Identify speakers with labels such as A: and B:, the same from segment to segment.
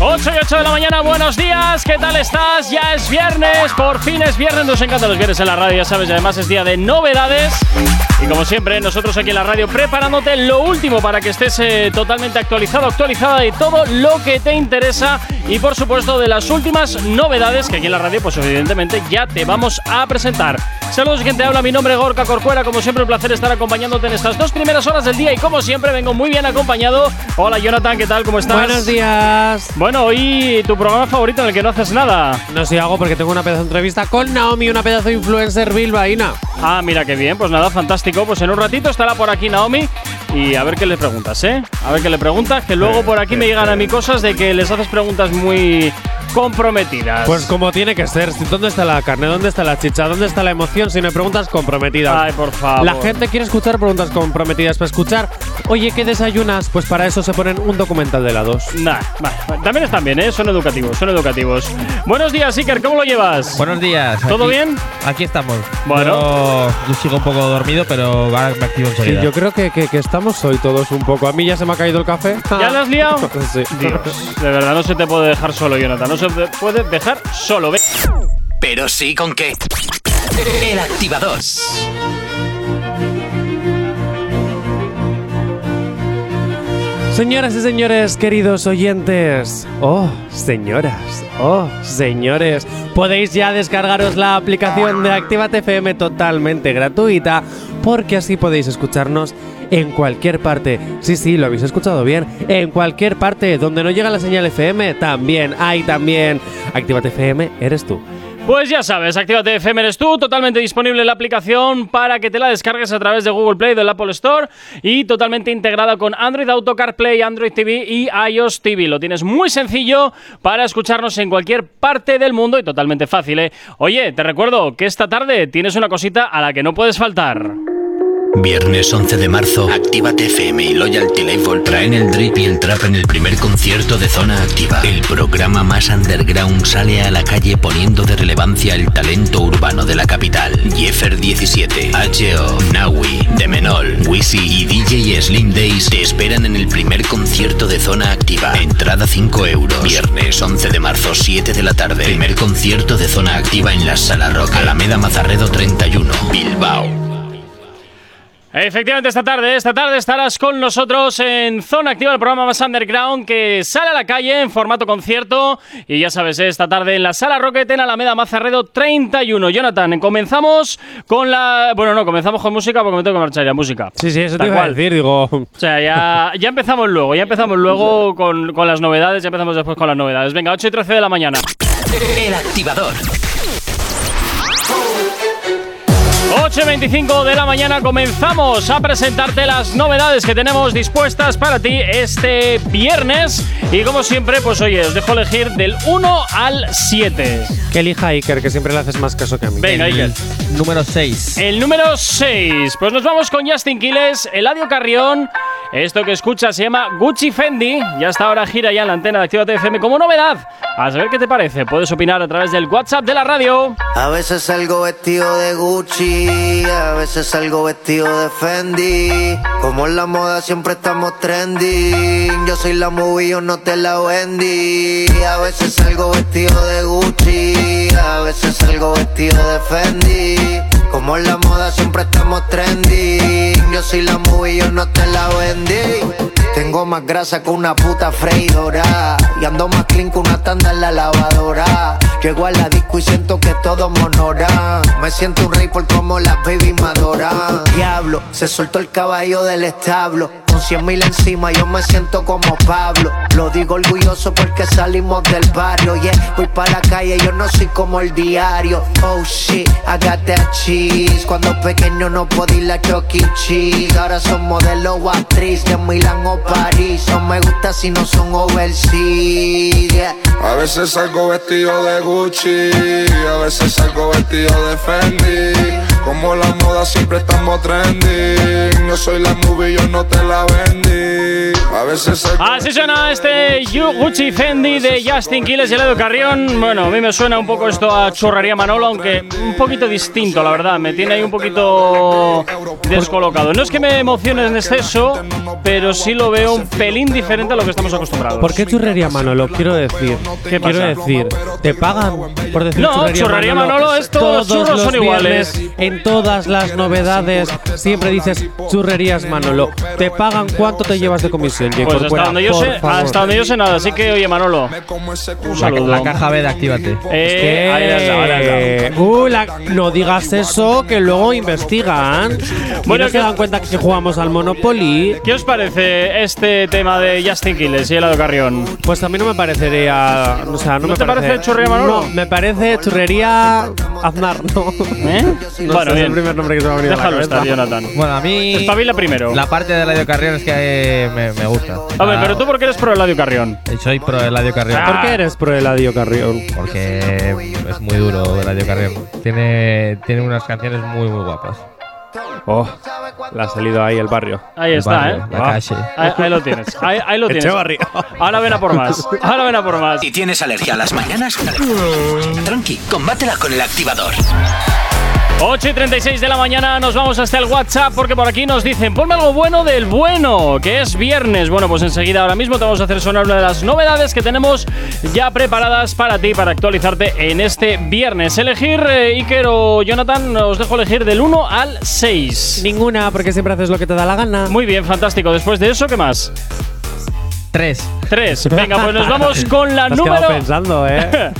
A: 8 y 8 de la mañana, buenos días, ¿qué tal estás? Ya es viernes, por fin es viernes, nos encantan los viernes en la radio, ya sabes, y además es día de novedades. Y como siempre, nosotros aquí en la radio preparándote lo último para que estés eh, totalmente actualizado, actualizada de todo lo que te interesa y por supuesto de las últimas novedades que aquí en la radio, pues evidentemente ya te vamos a presentar. Saludos, quien te habla, mi nombre es Gorka Corcuera, como siempre un placer estar acompañándote en estas dos primeras horas del día y como siempre vengo muy bien acompañado. Hola Jonathan, ¿qué tal? ¿Cómo estás?
B: Buenos días.
A: Bueno, hoy tu programa favorito en el que no haces nada.
B: No sé, hago porque tengo una pedazo de entrevista con Naomi, una pedazo de influencer bilbaína.
A: Ah, mira qué bien, pues nada, fantástico. Pues en un ratito estará por aquí Naomi y a ver qué le preguntas, ¿eh? A ver qué le preguntas, que luego por aquí me llegan a mí cosas de que les haces preguntas muy comprometidas.
B: Pues como tiene que ser. Si- ¿Dónde está la carne? ¿Dónde está la chicha? ¿Dónde está la emoción? Si no hay preguntas comprometidas.
A: Ay, por favor.
B: La gente quiere escuchar preguntas comprometidas para escuchar. Oye, ¿qué desayunas? Pues para eso se ponen un documental de la 2.
A: Nah, vale, vale. también están bien, ¿eh? Son educativos, son educativos. Buenos días, Iker, ¿cómo lo llevas?
C: Buenos días.
A: ¿Todo bien?
C: Aquí estamos.
A: Bueno.
C: Yo, yo sigo un poco dormido, pero ahora me activo
B: Sí,
C: enseguida.
B: yo creo que, que- que estamos hoy todos un poco. A mí ya se me ha caído el café.
A: ¿Ya lo has liado?
B: sí.
A: Dios, de verdad no se te puede dejar solo, Jonathan. No se te puede dejar solo. Ve-
D: Pero sí con qué. El Activador.
B: Señoras y señores, queridos oyentes, oh, señoras, oh, señores, podéis ya descargaros la aplicación de Actívate FM totalmente gratuita, porque así podéis escucharnos en cualquier parte. Sí, sí, lo habéis escuchado bien. En cualquier parte donde no llega la señal FM, también, hay también. Actívate FM, eres tú.
A: Pues ya sabes, Actívate FM eres tú, totalmente disponible la aplicación para que te la descargues a través de Google Play, del Apple Store y totalmente integrada con Android Auto CarPlay, Android TV y iOS TV. Lo tienes muy sencillo para escucharnos en cualquier parte del mundo y totalmente fácil, ¿eh? Oye, te recuerdo que esta tarde tienes una cosita a la que no puedes faltar.
D: Viernes 11 de marzo, Actívate FM y Loyalty Label traen el drip y el trap en el primer concierto de Zona Activa. El programa más underground sale a la calle poniendo de relevancia el talento urbano de la capital. Jeffer 17, H.O., Nawi, Demenol, Wisi y DJ Slim Days te esperan en el primer concierto de Zona Activa. Entrada 5 euros. Viernes 11 de marzo, 7 de la tarde. Primer concierto de Zona Activa en la Sala Roca, Alameda Mazarredo 31, Bilbao.
A: Efectivamente, esta tarde, esta tarde estarás con nosotros en Zona Activa, el programa más underground que sale a la calle en formato concierto. Y ya sabes, eh, esta tarde en la Sala Rocket en Alameda Mazarredo 31. Jonathan, comenzamos con la. Bueno, no, comenzamos con música porque me tengo que marchar ya, música.
B: Sí, sí, eso
A: Tal
B: te iba a
A: cual.
B: decir, digo.
A: O sea, ya, ya empezamos luego, ya empezamos luego con, con las novedades, ya empezamos después con las novedades. Venga, 8 y 13 de la mañana.
D: El activador.
A: 8.25 de la mañana comenzamos a presentarte las novedades que tenemos dispuestas para ti este viernes. Y como siempre, pues oye, os dejo elegir del 1 al 7.
B: Que elija Iker, que siempre le haces más caso que a mí.
A: Venga, Iker.
C: Número 6.
A: El número 6. Pues nos vamos con Justin Quiles, Eladio Carrión. Esto que escuchas se llama Gucci Fendi. Ya está ahora gira ya en la antena de Activa FM como novedad. A saber qué te parece. Puedes opinar a través del WhatsApp de la radio.
E: A veces salgo vestido de Gucci, a veces salgo vestido de Fendi. Como en la moda siempre estamos trending. Yo soy la movie, yo no te la vendí. A veces salgo vestido de Gucci, a veces salgo vestido de Fendi. Como en la moda siempre estamos trending. Yo soy la movie, yo no te la vendí. Tengo más grasa que una puta freidora Y ando más clean que una tanda en la lavadora Llego a la disco y siento que todos me honoran Me siento un rey por como las baby me adoran Diablo, se soltó el caballo del establo Con cien mil encima yo me siento como Pablo Lo digo orgulloso porque salimos del barrio Yeah, voy para la calle, yo no soy como el diario Oh shit, I got that cheese Cuando pequeño no podía ir a Chuck E. Cheese Ahora son modelo o actriz de Milán o París No me gusta si no son overseas yeah.
F: A veces salgo vestido de Gucci, a veces salgo vestido de Fendi. Como la moda siempre estamos trending. Yo soy la movie, yo no te la Fendi. A veces salgo
A: Así suena este You Gucci Fendi de Justin Quiles y Eladio Carrión. Bueno, a mí me suena un poco esto a churrería Manolo, aunque un poquito distinto, la verdad. Me tiene ahí un poquito descolocado. No es que me emocione en exceso, pero sí lo veo un pelín diferente a lo que estamos acostumbrados.
B: ¿Por qué churrería Manolo? Quiero decir.
A: ¿Qué
B: quiero
A: pasa?
B: decir, ¿te pagan por decir
A: No, churrería Manolo es todos los
B: Todos
A: churros son
B: los
A: iguales.
B: viernes, En todas las novedades siempre dices churrerías Manolo. ¿Te pagan cuánto te llevas de comisión? J.
A: Pues hasta
B: Corcuera?
A: donde, yo
B: Por
A: sé,
B: favor.
A: hasta donde yo sé nada, así que oye Manolo.
F: como ese
A: Un
C: La,
A: saludo.
C: la caja B de Actívate.
A: Eh, ahí la has dado, ahí la has dado.
B: Eh, uh, la- no digas eso, que luego investigan.
A: Bueno,
B: Bueno, se
A: que-
B: dan cuenta que jugamos al Monopoly.
A: ¿Qué os parece este tema de Justin Quiles y Eladio Carrión?
B: Pues a mí no me parecería. O sea, no,
A: ¿No
B: me
A: te parece churrería Manolo?
B: No, me parece churrería Aznar, ¿no?
A: ¿Eh?
B: No
A: bueno,
B: sé, es el
A: bien.
B: primer nombre que se me ha venido a
A: Déjalo
B: la
A: estar,
B: cabeza.
A: Jonathan.
C: Bueno, a mí.
A: Espabila primero.
C: La parte de Eladio Carrión es que eh, me, me gusta.
A: A ver,
C: Ah,
A: pero tú por qué eres pro Eladio Carrión.
B: Eh,
C: Soy pro Eladio Carrión.
A: Ah.
B: ¿Por qué eres pro Eladio Carrión?
C: Porque es muy duro Eladio Carrión. Tiene, tiene unas canciones muy, muy guapas.
B: Oh, la ha salido ahí el barrio. Ah.
A: Ahí
C: El
A: está,
C: barrio,
A: ¿eh?
C: La calle.
A: Ahí, ahí lo tienes. Ahí, ahí lo tienes. Ahora ven a por más. Ahora ven a por más.
D: Si tienes alergia a las mañanas, tranqui, combátela con el activador.
A: 8 y 36 de la mañana nos vamos hasta el WhatsApp porque por aquí nos dicen ponme algo bueno del bueno, que es viernes. Bueno, pues enseguida ahora mismo te vamos a hacer sonar una de las novedades que tenemos ya preparadas para ti, para actualizarte en este viernes. Elegir, eh, Iker o Jonathan, os dejo elegir del 1 al 6.
B: Ninguna, porque siempre haces lo que te da la gana.
A: Muy bien, fantástico. Después de eso, ¿qué más?
C: Tres.
A: 3. Venga, pues nos vamos con la
B: Te has quedado
A: número...
B: pensando, ¿eh?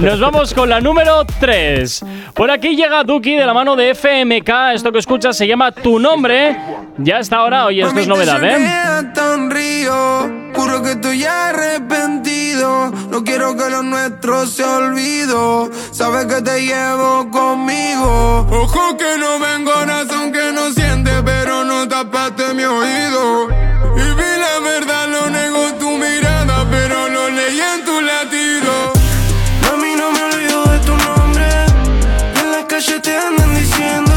A: Nos vamos con la número 3. Por aquí llega Duki de la mano de FMK. Esto que escuchas se llama Tu Nombre. Ya está ahora. Oye, esto es
G: Mami, te
A: novedad, ¿eh?
G: sonrías tan río. Juro que estoy arrepentido. No quiero que lo nuestro se olvido. Sabes que te llevo conmigo. Ojo que no vengo, razón que no sientes, pero no tapaste mi oído. Y vi la verdad, lo negó tu mirada, pero lo leí en tu latido. Mami, no me olvido de tu nombre. En las calles te andan diciendo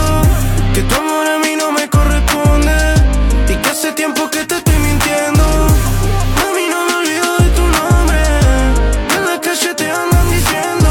G: que tu amor a mí no me corresponde. Y que hace tiempo que te estoy mintiendo. Mami, no me olvido de tu nombre. En las calles te andan diciendo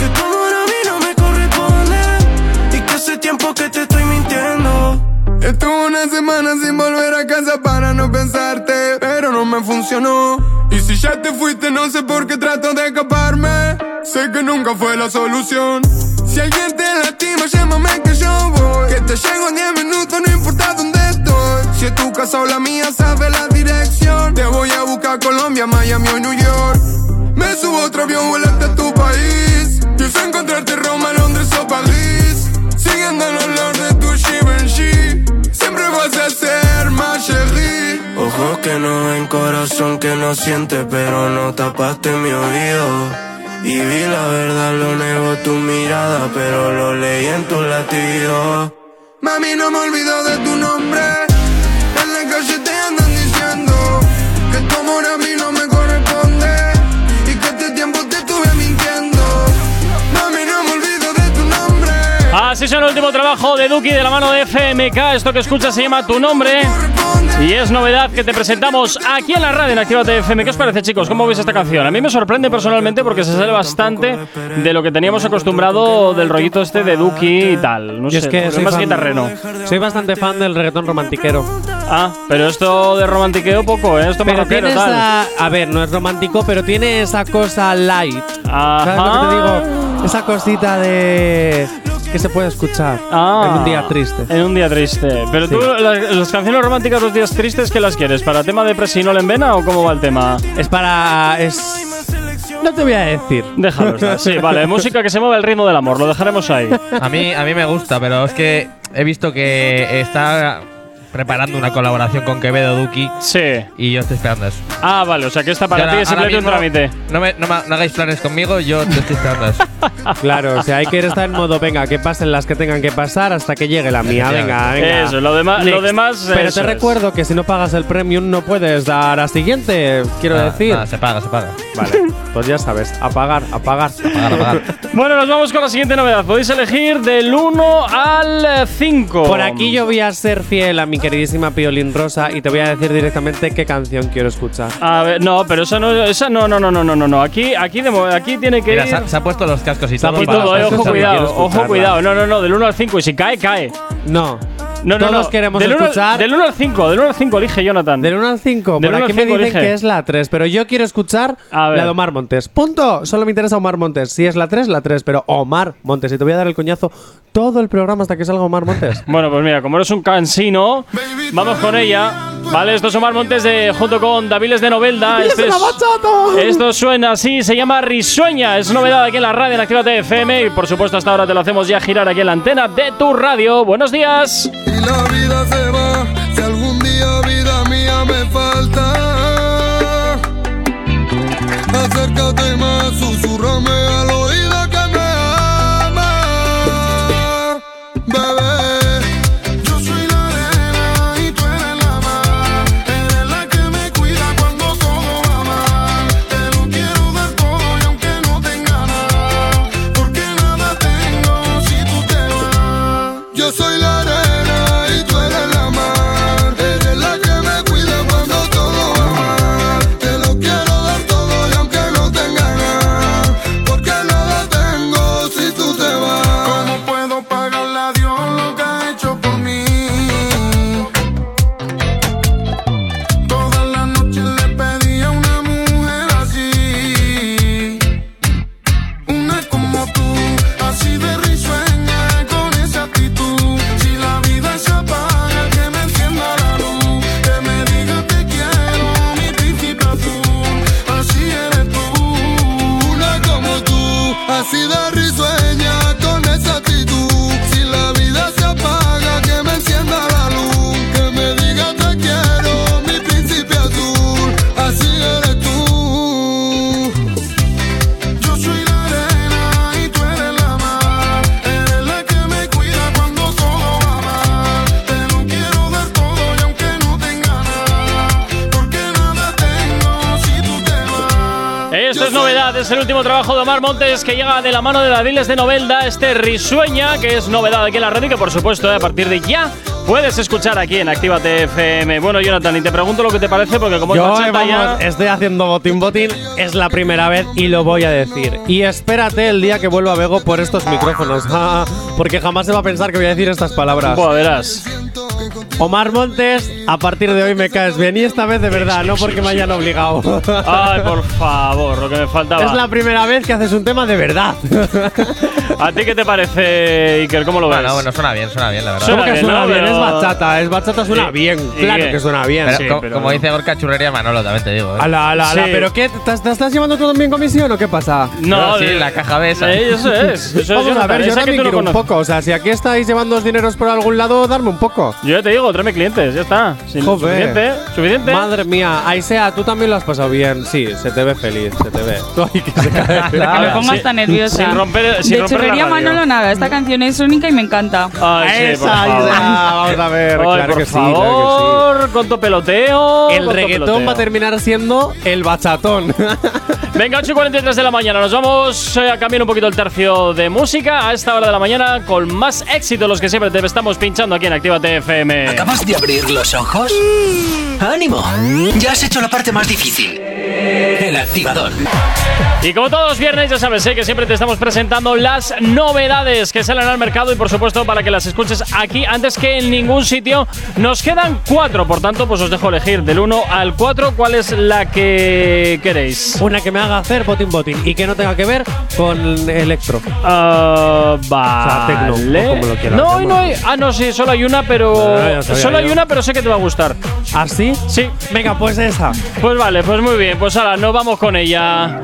G: que tu amor a mí no me corresponde. Y que hace tiempo que te estoy mintiendo. Estuve una semana sin volver a casa para no pensarte, pero no me funcionó. Y si ya te fuiste, no sé por qué trato de escaparme. Sé que nunca fue la solución. Si alguien te lastima, llámame que yo voy. Que te llego en 10 minutos, no importa dónde estoy. Si es tu casa o la mía, sabes la dirección. Te voy a buscar a Colombia, Miami o New York. Me subo a otro avión, vuelo hasta tu país. Pienso encontrarte en Roma, Londres o París. Siguiendo el olor de tu Givenchy Siempre vas a ser más chérie Ojos que no ven, corazón que no siente Pero no tapaste mi oído Y vi la verdad, lo negó tu mirada Pero lo leí en tu latido Mami, no me olvido de tu nombre En la calle te andan diciendo Que tu amor a mí no me corresponde Y que este tiempo te estuve mintiendo Mami, no me olvido de tu nombre
A: Así es el último trabajo de Duki de la mano de FMK. Esto que escuchas se llama Tu Nombre. Y es novedad que te presentamos aquí en la radio en Actívate FM. ¿Qué os parece, chicos? ¿Cómo veis esta canción? A mí me sorprende personalmente porque se sale bastante de lo que teníamos acostumbrado del rollito este de Duki y tal. No
B: Yo
A: sé,
B: es que
A: es
B: soy
A: más
B: fan-
A: guitarreno.
B: Soy bastante fan del reggaetón romantiquero.
A: Ah, pero esto de romantiqueo poco, ¿eh? Esto más
B: Pero
A: rockero,
B: tiene
A: tal.
B: esa. A ver, no es romántico, pero tiene esa cosa light. ¿Sabes lo que te
A: Ajá.
B: digo? Esa cosita de. que se puede escuchar
A: Ah.
B: en un día triste.
A: En un día triste. Pero tú, las, las canciones románticas los días tristes, ¿qué las quieres? ¿Para tema de Presinol en Vena o cómo va el tema?
B: Es para. es. No te voy a decir.
A: Déjalo estar. Sí, vale. Música que se mueva el ritmo del amor. Lo dejaremos ahí.
C: A mí, a mí me gusta, pero es que he visto que está preparando una colaboración con Quevedo Duki
A: Sí.
C: y yo estoy esperando eso.
A: Ah, vale. O sea, que esta para
C: Yo
A: ti
C: ahora-
A: es simplemente un
C: ahora mismo,
A: trámite.
C: No, me- no ma- no hagáis planes conmigo, yo te estoy esperando eso.
B: Claro, o sea, hay que estar en modo, venga, que pasen las que tengan que pasar hasta que llegue la mía, venga, venga.
A: Eso, lo demás- lo
B: Next.
A: demás,
B: Pero
A: eso
B: te
A: es.
B: recuerdo que si no pagas el premium no puedes dar a siguiente, quiero
C: Nada,
B: decir.
C: nada, Ah, se paga, se paga.
B: Vale, pues ya sabes, apagar, apagar.
C: Apagar, apagar.
A: Bueno, nos vamos con la siguiente novedad. Podéis elegir del 1 al 5.
B: Por aquí yo voy a ser fiel a mi queridísima Piolín Rosa y te voy a decir directamente qué canción quiero escuchar.
A: A ver, no, pero esa no, esa no, no, no, no, no, no, no. Aquí, aquí, de mo- aquí tiene que
C: Mira,
A: ir
C: se ha, se ha puesto los cascos y
B: Se ha
C: todo.
A: y
B: puesto
C: para-
A: todo, eh, ojo
B: eso es lo que quiero
A: cuidado,
B: escucharla.
A: ojo cuidado. No, no, no, del 1 al 5 y si cae, cae.
B: No.
A: No, no,
B: Todos
A: no.
B: queremos
A: del uno al-
B: escuchar.
A: Del 1 al 5, del 1 al 5 elige Jonathan.
B: Del 1 al 5,
A: Del
B: por
A: uno al
B: aquí me
A: cinco,
B: dicen
A: elige.
B: que es la 3, pero yo quiero escuchar
A: A
B: la
A: ver.
B: de Omar Montes. Punto. Solo me interesa Omar Montes. Si es la 3, la 3, pero Omar Montes. Y te voy a dar el coñazo todo el programa hasta que salga Omar Montes.
A: Bueno, pues mira, como eres un cansino, vamos con ella. Vale, esto es Omar Montes de, junto con Daviles de Novelda. Este es- esto suena así, se llama Risueña. Es novedad aquí en la radio en Actívate FM. Y por supuesto, hasta ahora te lo hacemos ya girar aquí en la antena de tu radio. Buenos días.
F: Y la vida se va, si algún día vida mía me falta. Acércate más, susurrame al oído que me ama. Bebé, yo soy la arena y tú eres la mar. Eres la que me cuida cuando todo va mal. Te lo quiero dar todo y aunque no tenga nada, porque nada tengo si tú te vas. Yo soy la arena y tú eres la mar. Eres la que me cuida cuando todo va mal. Te lo quiero dar todo y aunque no tenga nada. Porque nada tengo si tú te vas. ¿Cómo puedo pagarle a Dios lo que ha hecho por mí? Todas las noches le pedí a una mujer así. Una como tú, así de risueña con esa actitud. Si la vida se apaga, que me encienda la luz. Que me diga te quiero, mi príncipe azul. Así eres tú. Una como tú, así de risueña con esa actitud. Si la vida se apaga, que me encienda la luz. Que me diga te quiero, mi príncipe azul. Así eres tú. Yo soy la arena y tú eres la mar. Eres la que me cuida cuando todo va mal. Te lo quiero dar todo y aunque no tenga nada, porque nada tengo si tú te vas.
A: Esto es novedad, es el último trabajo de Omar Montes que llega de la mano de Daviles de Novelda, este Risueña, que es novedad aquí en la radio y que por supuesto eh, a partir de ya puedes escuchar aquí en Actívate FM. Bueno, Jonathan, y te pregunto lo que te parece porque como es
B: Yo eh,
A: bachata ya-
B: vamos, estoy haciendo botín botín, es la primera vez y lo voy a decir. Y espérate el día que vuelva Bego por estos micrófonos, ah, porque jamás se va a pensar que voy a decir estas palabras.
A: Buah, verás.
B: Omar Montes, a partir de hoy me caes bien y esta vez de verdad, no porque me hayan obligado.
A: Ay, por favor, lo que me faltaba.
B: Es la primera vez que haces un tema de verdad.
A: ¿A ti qué te parece, Iker? ¿Cómo lo ves?
C: Bueno, bueno, suena bien, suena bien, la verdad.
A: Suena
B: ¿Cómo que
A: bien,
B: suena
A: ¿no?
B: bien?
A: Pero-
B: Es bachata, es bachata, suena
A: ¿Y-
B: bien.
A: y
B: Claro
A: qué?
B: que suena bien.
C: Pero
A: sí,
C: co-
A: pero-
C: como dice Gorka Churrería Manolo, también te digo. ¿eh?
B: Ala, ala, ala,
A: Sí.
B: ¿Pero qué? ¿Te, te estás llevando todo bien comisión o qué pasa?
A: No,
C: No, sí,
A: de-
C: la caja B esa.
A: Eh, Eso es. Eso es
B: Vamos a
A: Jonathan,
B: ver, yo
A: esa que
B: también
A: tú no
B: quiero un
A: conoces.
B: poco. O sea, si aquí estáis llevando los dineros por algún lado, darme un poco.
A: Yo ya te digo, tráeme clientes, ya está. Sin-
B: Joder.
A: Suficiente, suficiente.
B: Madre mía, Aisea, tú también lo has pasado bien. Sí, se te ve feliz, se te ve. Tú hay que se
H: Para que me
A: Ah,
H: pongas
A: sí.
H: tan nerviosa.
A: Sin romper- sin
H: de
A: romper la
H: churrería
A: radio.
H: Manolo nada. Esta canción es única y me encanta.
A: Ay, sí, por
B: Esa
A: favor.
B: Aisea, vamos a ver.
A: Ay,
B: claro
A: por
B: que sí, claro que sí.
A: favor, con tu peloteo.
B: El
A: con tu
B: reggaetón
A: peloteo.
B: va a terminar siendo el bachatón.
A: Venga, 8 y 43 de la mañana. Nos vamos eh, a cambiar un poquito el tercio de música a esta hora de la mañana con más éxito los que siempre te estamos pinchando aquí en Actívate FM.
D: ¿Acabas de abrir los ojos?
I: Mm.
D: ¡Ánimo! Ya has hecho la parte más difícil. El activador.
A: Y como todos los viernes, ya sabes ¿eh? que siempre te estamos presentando las novedades que salen al mercado y por supuesto para que las escuches aquí antes que en ningún sitio. Nos quedan cuatro, por tanto, pues os dejo elegir del 1 al 4 cuál es la que queréis.
B: Una que me haga hacer botín botín y que no tenga que ver con electro.
A: Ah,
B: sea, tecno,
A: vale.
B: o como lo quieras
A: no, hoy
B: llamar.
A: no hay. Ah, no, sí, solo hay una, pero.
B: Ah, ya sabía
A: solo hay
B: yo.
A: una, pero sé que te va a gustar.
B: ¿Así?
A: Sí.
B: Venga, pues esa.
A: Pues vale, pues muy bien, pues ahora nos vamos con ella.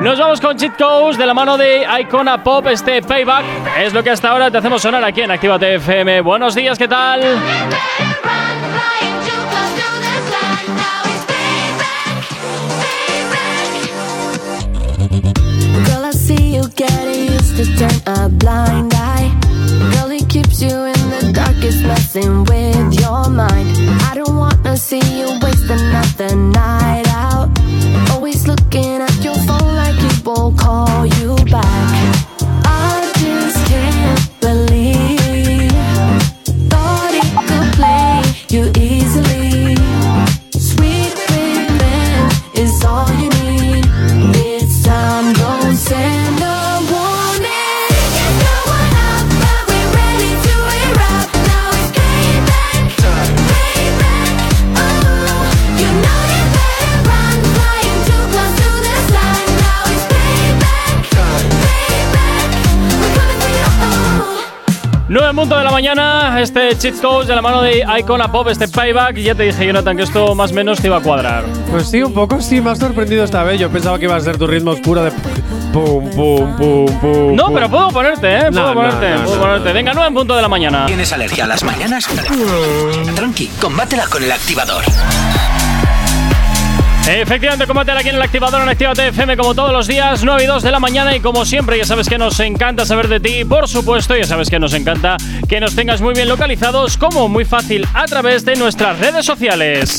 A: Nos vamos con Cheat Codes de la mano de Icona Pop, este payback. Es lo que hasta ahora te hacemos sonar aquí en Actívate FM. Buenos días, ¿qué tal?
J: Girl, I see you getting used to turn a blind eye. Girl, he keeps you in the darkest, messing with your mind. I don't wanna see you waste another night out. Always looking at your
A: 9 en punto de la mañana, este cheat code de la mano de Icona Pop, este payback. Y ya te dije, Jonathan, que esto más o menos te iba a cuadrar.
B: Pues sí, un poco sí, me has sorprendido esta vez. Yo pensaba que iba a ser tu ritmo oscuro de pum, pum, pum, pum.
A: No,
B: pum.
A: pero puedo ponerte, ¿eh? Puedo
B: No, no,
A: ponerte,
B: no,
A: puedo
B: no,
A: ponerte. Venga, 9 en punto de la mañana.
D: ¿Tienes alergia a las mañanas? Tranqui, combátela con el activador.
A: Efectivamente, combate aquí en el activador en Activate FM como todos los días, 9 y 2 de la mañana y como siempre ya sabes que nos encanta saber de ti, por supuesto, ya sabes que nos encanta que nos tengas muy bien localizados como muy fácil a través de nuestras redes sociales.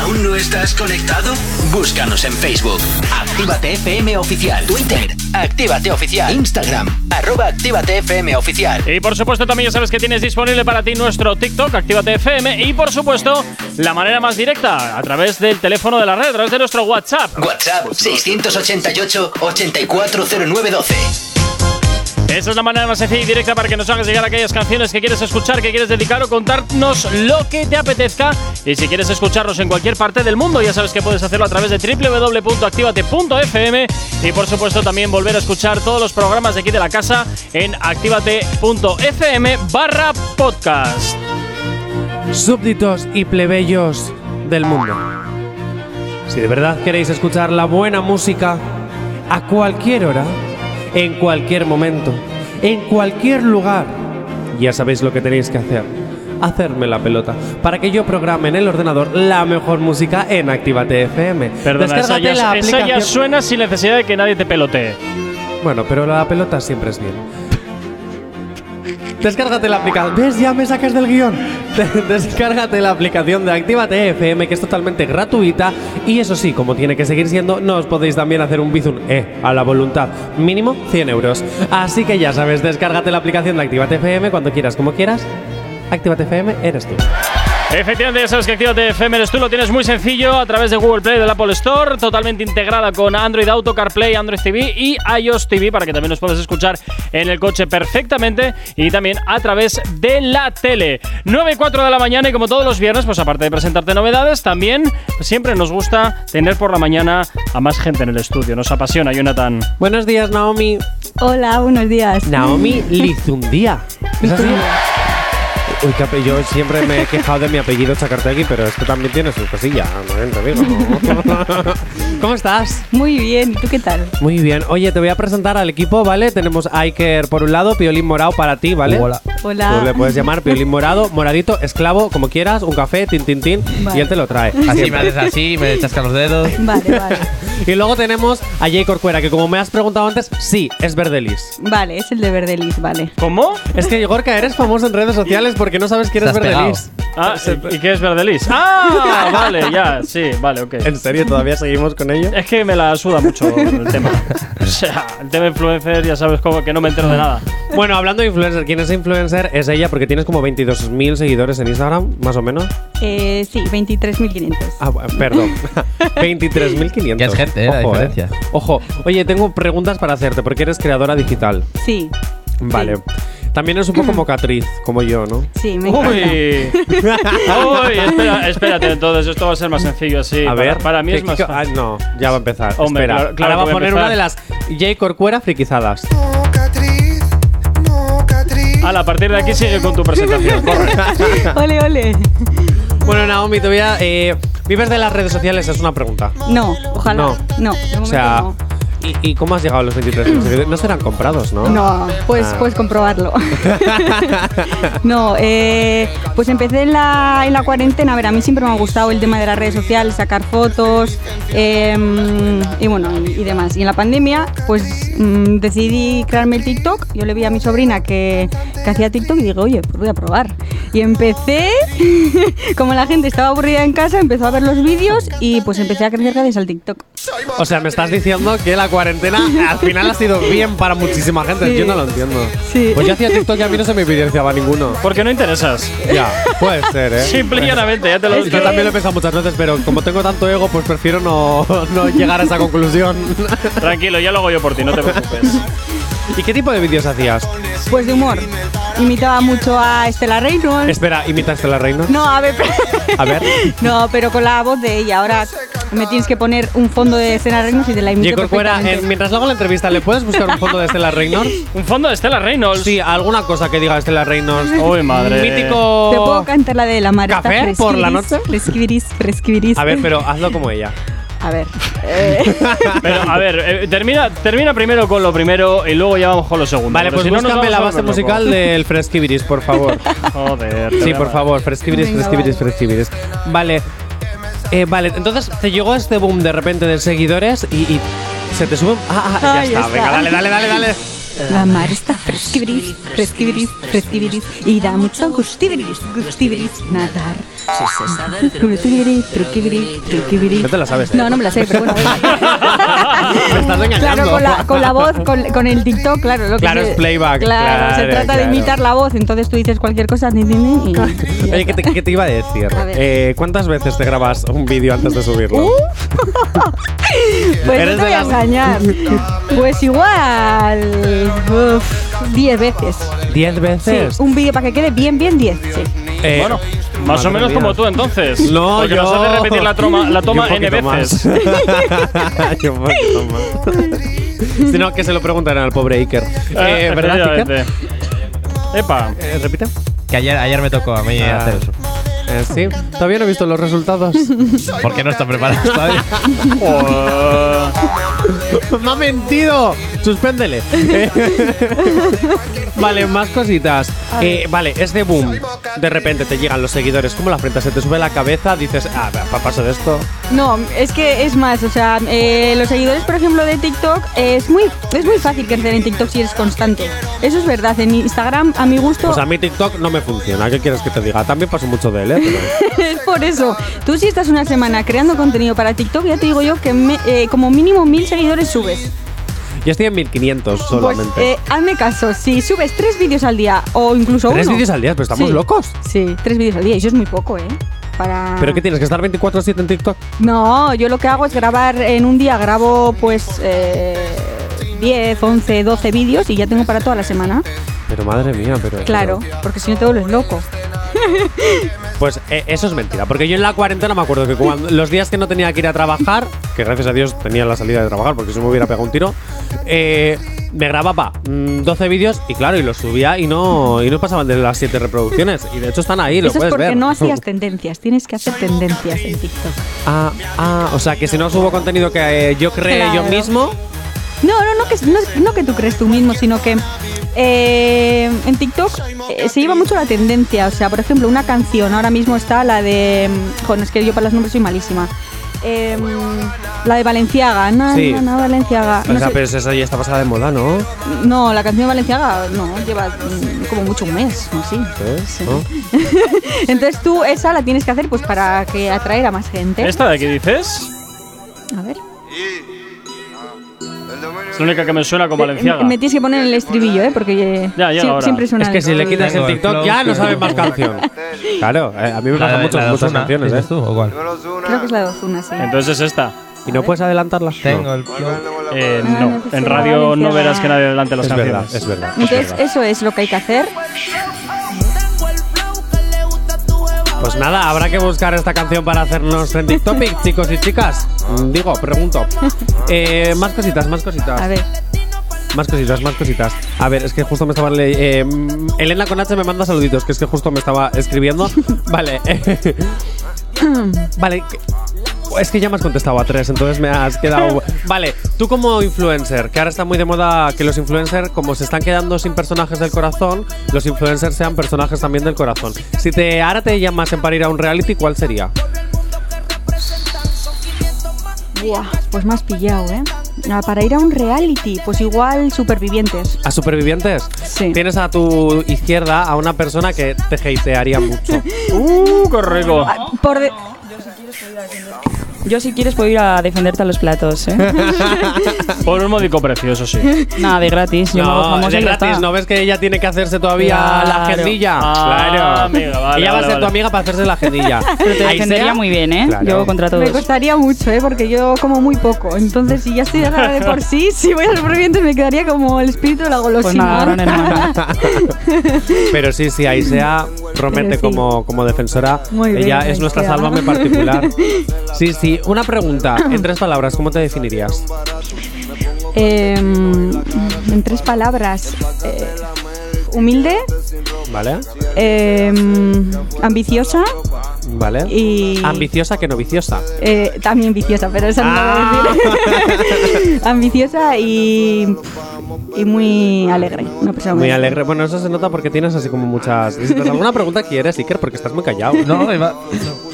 D: ¿Aún no estás conectado? Búscanos en Facebook. Actívate FM Oficial. Twitter. Actívate Oficial. Instagram. Arroba Actívate FM Oficial.
A: Y por supuesto también ya sabes que tienes disponible para ti nuestro TikTok, Actívate FM y por supuesto la manera más directa a través del teléfono de la red, a través de nuestro WhatsApp.
D: WhatsApp 688-840912.
A: Esa es la manera más sencilla y directa para que nos hagas llegar aquellas canciones que quieres escuchar, que quieres dedicar o contarnos lo que te apetezca. Y si quieres escucharnos en cualquier parte del mundo, ya sabes que puedes hacerlo a través de www.activate.fm y por supuesto también volver a escuchar todos los programas de aquí de la casa en activate.fm barra podcast.
B: súbditos y plebeyos del mundo. Si de verdad queréis escuchar la buena música a cualquier hora, en cualquier momento, en cualquier lugar, ya sabéis lo que tenéis que hacer. Hacerme la pelota para que yo programe en el ordenador la mejor música en Actívate FM.
A: Perdona, esa
B: Descárgate
A: ya,
B: la
A: esa ya
B: aplicación-
A: suena sin necesidad de que nadie te pelotee.
B: Bueno, pero la pelota siempre es bien. Descárgate la aplicación. ¿Ves? Ya me sacas del guión. Descárgate la aplicación de Actívate FM, que es totalmente gratuita. Y eso sí, como tiene que seguir siendo, no os podéis también hacer un bizun eh, a la voluntad. Mínimo 100 euros. Así que ya sabes, descárgate la aplicación de Actívate FM cuando quieras, como quieras. Actívate FM, eres tú.
A: Efectivamente, ya sabes que Actívate FM eres tú, lo tienes muy sencillo a través de Google Play y del Apple Store, totalmente integrada con Android Auto, CarPlay, Android TV y iOS TV para que también nos puedas escuchar en el coche perfectamente y también a través de la tele. 9 y 4 de la mañana y como todos los viernes, pues aparte de presentarte novedades, también siempre nos gusta tener por la mañana a más gente en el estudio. Nos apasiona, Jonathan.
B: Buenos días, Naomi.
I: Hola, buenos días.
B: Naomi Lizundia. ¿Es así? Uy, qué ape- yo siempre me he quejado de mi apellido Chacartegui, pero esto también tiene su cosilla. ¿no? Te digo, ¿no? ¿Cómo estás?
I: Muy bien, ¿y tú qué tal?
B: Muy bien. Oye, te voy a presentar al equipo, ¿vale? Tenemos Iker por un lado, Piolín Morado para ti, ¿vale?
C: Hola.
I: Hola.
B: Tú le puedes llamar Piolín Morado, Moradito, Esclavo, como quieras, un café, tin, tin, tin,
I: Vale.
B: y él te lo trae.
C: Así me
B: Siempre.
C: haces así, me chascas los dedos.
I: Vale, vale.
B: Y luego tenemos a Jay Corcuera, que como me has preguntado antes, sí, es Verdelis.
I: Vale, es el de Verdelis, vale.
A: ¿Cómo?
B: Es que, Gorka, eres famoso en redes sociales porque no sabes quién es
C: Estás
B: Verdelis.
A: Ah, ¿y qué es Verdelis? ¡Ah! Vale, ya, sí, vale, ok.
B: ¿En serio todavía seguimos con ello?
A: Es que me la suda mucho el tema. O sea, el tema influencer, ya sabes cómo que no me entero de nada.
B: Bueno, hablando de influencer, ¿quién es influencer? Es ella porque tienes como 22.000 seguidores en Instagram, más o menos.
I: Eh, sí, 23.500.
B: Ah, bu- perdón. 23.500.
C: Que es gente, eh, la
B: Ojo,
C: diferencia.
B: Ojo, oye, tengo preguntas para hacerte porque eres creadora digital.
I: Sí,
B: Vale. También eres un poco mocatriz, como yo, ¿no?
I: sí, me encanta.
A: Uy, uy, espera, espérate, entonces esto va a ser más sencillo así.
B: a
A: Para-
B: ver,
A: para, mí es
B: ¿qué-
A: más
B: qué-
A: fácil.
B: ah, no, ya va a empezar.
A: Hombre,
B: Espera,
A: claro- claro
B: ahora va
A: que voy
B: a
A: a
B: poner una de las
A: empezar.
B: J. Corcuera friquizadas.
F: No, Catriz, no, Catriz.
A: Ala, a partir de aquí sigue con tu presentación. corre.
I: Ole, ole.
B: Bueno, Naomi, te voy a. eh, ¿Vives de las redes sociales? Es una pregunta.
I: No, ojalá.
B: No.
I: No, de momento
B: O sea,
I: no. Mm.
B: ¿y, y cómo has llegado a los 23 seguidores? No serán comprados, ¿no?
I: No, pues
B: Ah.
I: puedes comprobarlo. no, eh, pues empecé en la, en la cuarentena. A ver, a mí siempre me ha gustado el tema de las redes sociales, sacar fotos em, y bueno, y, y demás. Y en la pandemia, pues mm, decidí crearme el TikTok. Yo le vi a mi sobrina que, que hacía TikTok y digo, oye, pues voy a probar. Y empecé, como la gente estaba aburrida en casa, empezó a ver los vídeos y pues empecé a crecer gracias al TikTok.
B: O sea, me estás diciendo que la cuarentena al final ha sido bien para muchísima gente.
I: Sí.
B: Yo no lo entiendo.
I: Sí.
B: Pues yo hacía TikTok y a mí no se me evidenciaba ninguno.
A: Porque no interesas.
B: Ya, puede ser, ¿eh?
A: Simple y llanamente, ya te lo
I: Es
B: Yo
A: digo.
I: que-
B: también lo he pensado muchas veces, pero como tengo tanto ego, pues prefiero no, no llegar a esa conclusión.
A: Tranquilo, ya lo hago yo por ti, no te preocupes.
B: ¿Y qué tipo de vídeos hacías?
I: Pues de humor. Imitaba mucho a Estela Reynolds.
B: Espera, ¿imitaste a la reina?
I: No, a ver.
B: A ver.
I: no, pero con la voz de ella. Ahora me tienes que poner un fondo de Estela Reynolds y te la imito
B: J. Corcuera, eh,
I: perfectamente.
B: mientras le hago la entrevista, ¿le puedes buscar un fondo de Estela Reynolds?
A: ¿Un fondo de Estela Reynolds?
B: Sí, alguna cosa que diga Estela Reynolds.
A: Uy, madre.
B: Mítico.
I: Te puedo cantar la de la Marta.
B: ¿Café por la
I: fresquiris,
B: noche?
I: Fresquiris, fresquiris.
B: A ver, pero hazlo como ella.
I: A ver. eh,
A: Pero a ver, eh, termina, termina primero con lo primero y luego ya vamos con lo segundo.
B: Vale,
A: Porque
B: pues
A: si no nos
B: búscame
A: vamos
B: la
A: a
B: base
A: volver locos.
B: musical del Fresquibiris, por favor.
A: Joder. te voy
B: Sí,
A: a
B: por
A: matar.
B: favor, Fresquibiris,
I: Venga,
B: Fresquibiris, Fresquibiris. Vale. Eh, vale, entonces te llegó este boom de repente de seguidores y, y se te sube. un- Ah, ah, ya
I: Ahí
B: está.
I: está.
B: Venga, dale, dale, dale, dale.
I: La mar está fresquibiris, fresquibiris, fresquibiris y da mucho gustibiris, gustibiris, nadar. Gustibiris, truquibiris, truquibiris.
B: No te la sabes, ¿eh?
I: No, no me la sé, pero bueno.
B: Me estás engañando.
I: Claro, con la, con la voz, con, con el TikTok, claro. Lo que
B: Claro,
I: se-
B: es playback,
I: Claro, se
B: claro,
I: trata de
B: claro.
I: imitar la voz, entonces tú dices cualquier cosa. ni, ni, ni, y- y ya
B: Oye, ¿qué te, qué te iba a decir?
I: A ver.
B: Eh, ¿Cuántas veces te grabas un vídeo antes de subirlo?
I: ¡Uh! Pues no
B: Eres
I: te voy
B: de
I: a
B: las-
I: engañar. Pues igual. uf, Diez veces.
B: ¿Diez
I: Sí,
B: veces?
I: un vídeo para que quede bien, bien, diez. Sí.
B: Eh,
A: Bueno, más o
B: madre
A: menos
B: mía.
A: como tú entonces.
B: No,
A: Porque
B: yo.
A: nos hace repetir la, troma, la toma
B: Yo un
A: N
B: poquito
A: veces.
B: más. Yo un poquito más. si no, que se lo preguntarán al pobre Iker. Eh,
A: Ah,
B: ¿Verdad, Iker?
A: efectivamente. Epa.
B: Eh, repite.
C: Que ayer, ayer me tocó a mí
B: Ah.
C: hacer eso.
B: Eh, sí, todavía no he visto los resultados.
C: Porque no está preparado todavía.
A: Oh.
B: ¡Me ha mentido! Suspéndele. vale, más cositas. Eh, vale, es de boom. De repente te llegan los seguidores como la frente, se te sube la cabeza, dices, ah, pa- paso de esto.
I: No, es que es más, o sea, eh, los seguidores, por ejemplo, de TikTok, eh, es muy, es muy fácil crecer en TikTok si eres constante. Eso es verdad. En Instagram, a mi gusto,
B: Pues a mí TikTok no me funciona. ¿Qué quieres que te diga? También paso mucho de él, ¿eh? Pero-
I: es por eso. Tú si estás una semana creando contenido para TikTok, ya te digo yo que me- eh, como mínimo mil seguidores
B: Eh.
I: subes.
B: Yo estoy en 1500
I: Pues,
B: solamente.
I: eh, hazme caso, si subes tres vídeos al día o incluso
B: Tres
I: uno.
B: vídeos al día, pero estamos
I: Sí.
B: locos.
I: Sí, tres vídeos al día, y eso es muy poco, ¿eh? Para...
B: ¿Pero qué tienes? ¿Que estar 24-7 en TikTok?
I: No, yo lo que hago es grabar en un día, grabo pues eh, 10, 11, 12 vídeos y ya tengo para toda la semana.
B: Pero madre mía, pero.
I: Claro, porque si no te vuelves loco.
B: pero- Pues eh, eso es mentira. Porque yo en la cuarentena me acuerdo que cuando, los días que no tenía que ir a trabajar, que gracias a Dios tenía la salida de trabajar, porque si no me hubiera pegado un tiro, eh, me grababa mm, 12 vídeos y claro, y los subía y no, y no pasaban de las 7 reproducciones. Y de hecho están ahí, lo
I: Eso es
B: puedes
I: porque
B: ver.
I: no hacías tendencias, tienes que hacer tendencias en TikTok.
B: ah, ah, o sea que si no subo contenido que eh, yo cree yo
I: Claro.
B: mismo.
I: No, no, no que, no, no que tú crees tú mismo, sino que eh, en TikTok eh, se lleva mucho la tendencia. O sea, por ejemplo, una canción, ahora mismo está la de. Joder, es que yo para los nombres soy malísima. Em, la de Valenciaga, na,
B: Sí.
I: na, na, Valenciaga.
B: o
I: Ah, No,
B: sea,
I: sé-
B: pero eso ya está pasada de moda, ¿no?
I: no, la canción de Valenciaga no, lleva mm, como mucho un mes, no sé.
B: ¿Eh?
I: Sí.
B: ¿No?
I: Entonces tú esa la tienes que hacer pues para que atraer a más gente.
A: ¿Esta de qué dices?
I: A ver.
A: Es la única que me suena con Valenciaga.
I: Eh, Me, me tienes que poner el estribillo, ¿eh? Porque eh,
A: Ya, llega
I: sie-
A: ahora.
I: siempre suena
B: Es que
I: el-
B: si le quitas el
C: Tengo el
B: TikTok
C: flow,
B: ya no
C: pero-
B: sabes más canción. Claro, eh, a mí
C: La
B: me pasan
C: de- la
B: muchas,
C: de
B: muchas
C: Ozuna,
B: canciones,
C: ¿dices
B: ¿eh?
C: tú o cuál?
I: Creo que es la de Ozuna, sí.
A: Entonces es esta.
B: ¿Y no puedes adelantarla?
C: Tengo el flow.
A: Eh,
I: Ah,
A: no,
I: pues
A: en
I: sí,
A: radio no
I: Valenciaga.
A: verás que nadie adelante las
B: Es verdad,
A: canciones.
B: es verdad. es
I: Entonces,
B: verdad.
I: eso es lo que hay que hacer.
B: Pues nada, habrá que buscar esta canción para hacernos trending topic, chicos y chicas. Mm, Digo, pregunto. Eh, más cositas, más cositas.
I: A ver,
B: Más cositas, más cositas. A ver, es que justo me estaba... le- eh, mm, Elena con H me manda saluditos, que es que justo me estaba escribiendo. vale. vale. que- Es que ya me has contestado a tres, entonces me has quedado... Vale, tú como influencer, que ahora está muy de moda que los influencers, como se están quedando sin personajes del corazón, los influencers sean personajes también del corazón. Si te ahora te llamasen para ir a un reality, ¿cuál sería?
I: buah, pues más pillado, ¿eh? Ah, Para ir a un reality, pues igual supervivientes.
B: ¿A supervivientes?
I: Sí.
B: Tienes a tu izquierda a una persona que te hatearía mucho.
A: Uh, qué rico.
I: Ah, Por de-
K: Yo si quieres puedo ir a defenderte a los platos, ¿eh?
A: Por un módico precio, eso sí.
K: Nada, de gratis. Yo me hago
B: No,
K: famosa
B: Ah, de
K: y ya
B: gratis,
K: está.
B: ¿no ves que ella tiene que hacerse todavía
K: Claro.
B: la agendilla?
A: Ah, amiga, vale,
B: ella va a
A: vale,
B: ser tu
A: vale.
B: amiga para hacerse la agendilla.
K: Pero te
B: Ahí sea.
K: defendería muy bien, ¿eh?
B: Claro.
K: Yo contra todos.
I: me costaría mucho, ¿eh? Porque yo como muy poco. Entonces, si ya estoy rara de por sí, si voy a supervivientes me quedaría como el espíritu de la
K: Pues nada,
I: golosina.
K: gran hermano.
B: Pero sí, sí, ahí sea, promete
I: Pero sí.
B: como, como defensora.
I: Muy bien,
B: ella es
I: ahí
B: nuestra
I: sea.
B: salva en particular. Sí, sí, Y una pregunta, en tres palabras, ¿cómo te definirías?
I: Eh, en tres palabras. eh, humilde,
B: ¿Vale?
I: eh, ambiciosa,
B: ¿Vale?
I: Y-
B: Ambiciosa que no viciosa.
I: eh, también viciosa, pero esa no la voy a decir.
B: Ah.
I: ambiciosa y, y muy alegre. Una persona
B: Muy alegre. Bueno, eso se nota porque tienes así como muchas visitas. ¿Alguna pregunta quieres, Iker? Porque estás muy callado.
C: No, iba,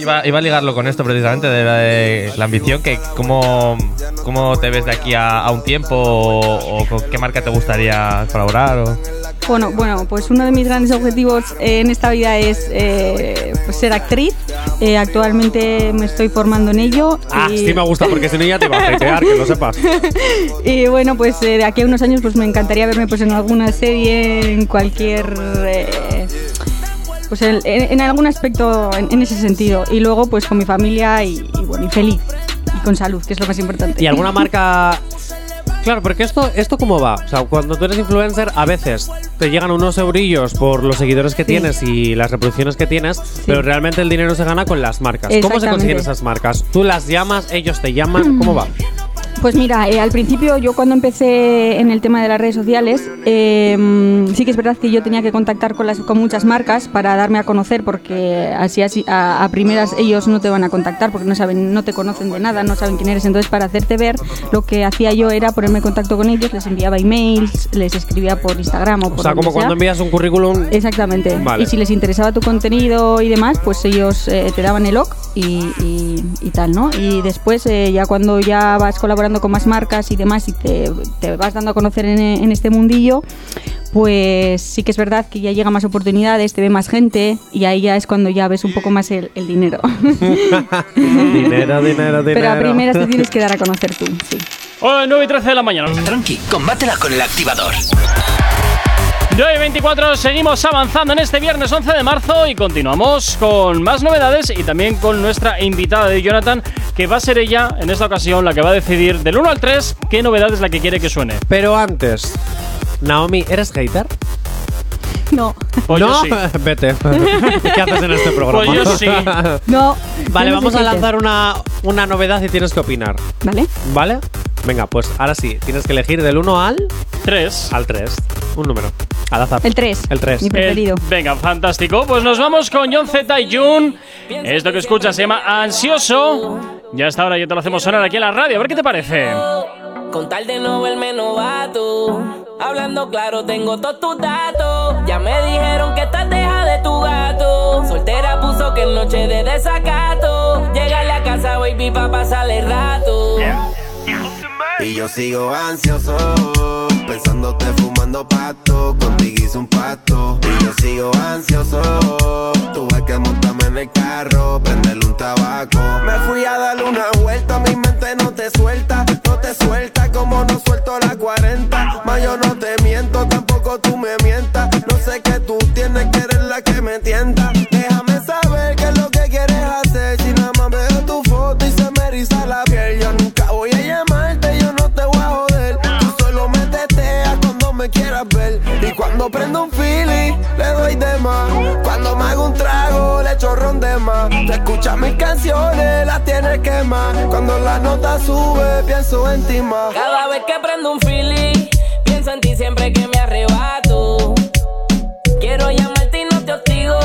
C: iba, iba a ligarlo con esto precisamente, de la, de la ambición, que cómo, cómo te ves de aquí a, a un tiempo o, o con qué marca te gustaría colaborar. O...
I: Bueno, bueno, pues uno de mis grandes objetivos eh, en esta vida es eh, pues ser actriz. Eh, actualmente me estoy formando en ello.
B: Ah,
I: y,
B: sí me gusta, porque si no ya te va a hatear, que lo sepas.
I: y bueno, pues eh, de aquí a unos años pues me encantaría verme pues en alguna serie, en cualquier... eh, pues en, en- en algún aspecto en, en ese sentido. Y luego pues con mi familia y, y bueno, y feliz. Y con salud, que es lo más importante.
B: ¿Y alguna marca...? Claro, porque esto, esto cómo va. O sea, cuando tú eres influencer, a veces te llegan unos eurillos por los seguidores que tienes y las reproducciones que tienes, pero realmente el dinero se gana con las marcas. ¿Cómo se
I: Exactamente.
B: consiguen esas marcas? ¿Tú las llamas? ¿Ellos te llaman? ¿Cómo va?
I: Pues mira, eh, al principio yo cuando empecé en el tema de las redes sociales, eh, mm, sí que es verdad que yo tenía que contactar con, las, con muchas marcas para darme a conocer, porque así, así a, a primeras ellos no te van a contactar porque no saben, no te conocen de nada, no saben quién eres. Entonces para hacerte ver, lo que hacía yo era ponerme en contacto con ellos, les enviaba emails, les escribía por Instagram o por
B: O sea,
I: donde
B: como cuando envías un currículum...
I: Exactamente.
B: Vale.
I: Y si les interesaba tu contenido y demás, pues ellos eh, te daban el OK y, y- y tal, ¿no? Y después, eh, ya cuando ya vas colaborando con más marcas y demás y te, te vas dando a conocer en, en este mundillo, pues sí que es verdad que ya llega más oportunidades, te ve más gente y ahí ya es cuando ya ves un poco más el, el dinero.
B: dinero, dinero, dinero.
I: Pero a primeras te tienes que dar a conocer tú, sí.
A: Hoy 9 y 13 de la mañana.
L: Tranqui, combátela con el activador.
A: 9 y 24, seguimos avanzando en este viernes 11 de marzo y continuamos con más novedades y también con nuestra invitada de Jonathan, que va a ser ella en esta ocasión la que va a decidir del 1 al 3 qué novedad es la que quiere que suene.
B: Pero antes, Naomi, ¿eres hater?
I: No.
A: Pues yo
B: no,
A: sí.
B: vete. ¿Qué haces en este programa?
A: Pues yo sí.
I: No.
B: Vale,
I: yo no
B: vamos
I: soy
B: a
I: hater.
B: lanzar una, una novedad y tienes que opinar.
I: Vale.
B: ¿Vale? Venga, pues ahora sí, tienes que elegir del 1 al
A: 3.
B: Al 3. Un número. Al azar.
I: El 3.
B: El 3.
I: Mi preferido.
A: Eh, venga, fantástico. Pues nos vamos con John Z y Jun. Esto que escuchas se llama Ansioso. Ya está, ahora ya te lo hacemos sonar aquí en la radio. A ver qué te parece.
M: Con tal de no verme novato. Hablando claro, tengo todos tus datos. Ya me dijeron que estás deja de tu gato. Soltera puso que es noche de desacato. Llega a la casa, baby, pa' pasarle el rato.
N: Y yo sigo ansioso, pensándote fumando pasto, contigo hice un pacto. Y yo sigo ansioso, tuve que montarme en el carro, prenderle un tabaco. Me fui a darle una vuelta, mi mente no te suelta, no te suelta como no suelto la 40. Mas yo no te miento, tampoco tú me mientas. No sé que tú tienes que eres la que me tienta. Déjame saber qué es lo que quieres hacer. Si nada más veo tu foto y se me eriza la piel, yo nunca voy a llamarte, yo no te voy a joder. Tú solo me teteas cuando me quieras ver. Y cuando prendo un feeling, le doy de más. Cuando me hago un trago, le echo ron de más. Tú escuchas mis canciones, las tienes que más. Cuando la nota sube, pienso en ti más.
M: Cada vez que prendo un feeling, pienso en ti siempre que me arrebato. Quiero llamarte y no te hostigo,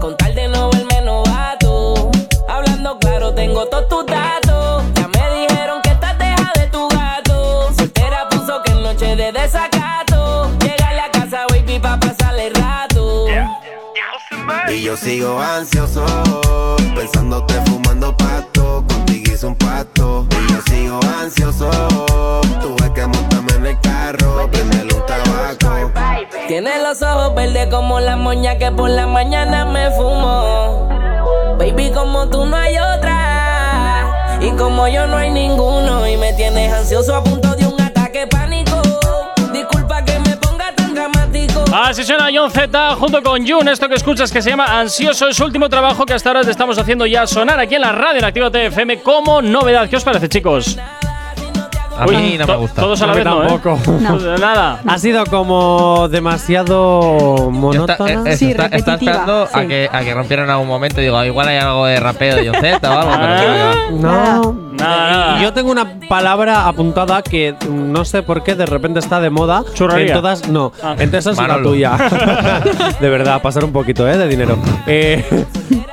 M: con tal de no verme novato. Hablando claro, tengo todos tus datos. Ya me dijeron que estás deja de tu gato. Soltera puso que es noche de desacato. Llega a la casa, baby, pa' pasarle el rato.
N: Y yo sigo ansioso, pensándote fumando pasto, contigo hice un pacto. Y yo sigo ansioso, tuve que montarme en el carro, prenderle un tabaco.
M: Tienes los ojos verdes como la moña que por la mañana me fumo. Baby, como tú no hay otra. Y como yo no hay ninguno. Y me tienes ansioso a punto de un ataque pánico. Disculpa que me ponga tan dramático.
A: Así suena John Z junto con Jun. Esto que escuchas que se llama Ansioso es su último trabajo que hasta ahora te estamos haciendo ya sonar aquí en la radio en Activa FM como novedad. ¿Qué os parece, chicos?
C: A
B: Uy,
C: mí no me
B: to-
C: gusta.
B: todos a la A mí vez no, ¿eh? tampoco. No.
A: Nada.
B: Ha sido como demasiado monótona.
C: Eso, está, está esperando a, que, a que rompieran en algún momento. Digo, ah, igual hay algo de rapeo de Yoceta o algo. Pero
B: No.
A: Nada,
B: Yo tengo una palabra apuntada que mm, no sé por qué de repente está de moda.
A: Churrería.
B: En todas, no. En todas es la
A: Manolo.
B: tuya. de verdad, pasar un poquito ¿eh? de dinero. Eh,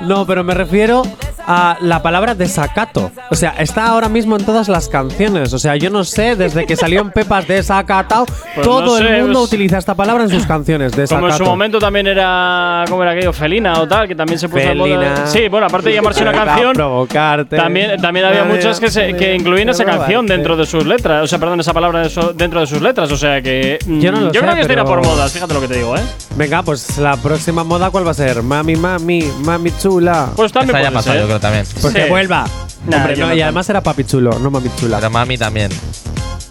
B: no, pero me refiero a la palabra desacato. O sea, está ahora mismo en todas las canciones. O sea, yo no sé, desde que salió en Pepas Desacatao,
A: Pues no
B: todo
A: sé,
B: el mundo
A: pues-
B: utiliza esta palabra en sus canciones. Desacato.
A: Como en su momento también era, ¿cómo era aquello? Felina o tal, que también se puso de moda.
B: Felina.
A: Sí, bueno, aparte de llamarse una
B: Para
A: canción,
B: provocarte.
A: también, también había
B: Para
A: muchas que, se, que incluían esa canción dentro de sus letras. O sea, perdón, esa palabra de su- dentro de sus letras. O sea que. mm,
B: Yo no lo sé,
A: creo que esto irá
B: pero-
A: por modas, fíjate lo que te digo, ¿eh?
B: Venga, pues la próxima moda, ¿cuál va a ser? Mami, mami, mami chula.
A: Pues también Esa ya puede pasó, ser. yo creo también.
B: Pues que
A: Sí.
B: vuelva.
A: Nah,
B: Hombre,
A: yo
B: no,
A: no
B: y
A: tanto.
B: además era papi chulo, no mami chula. Pero
C: mami también.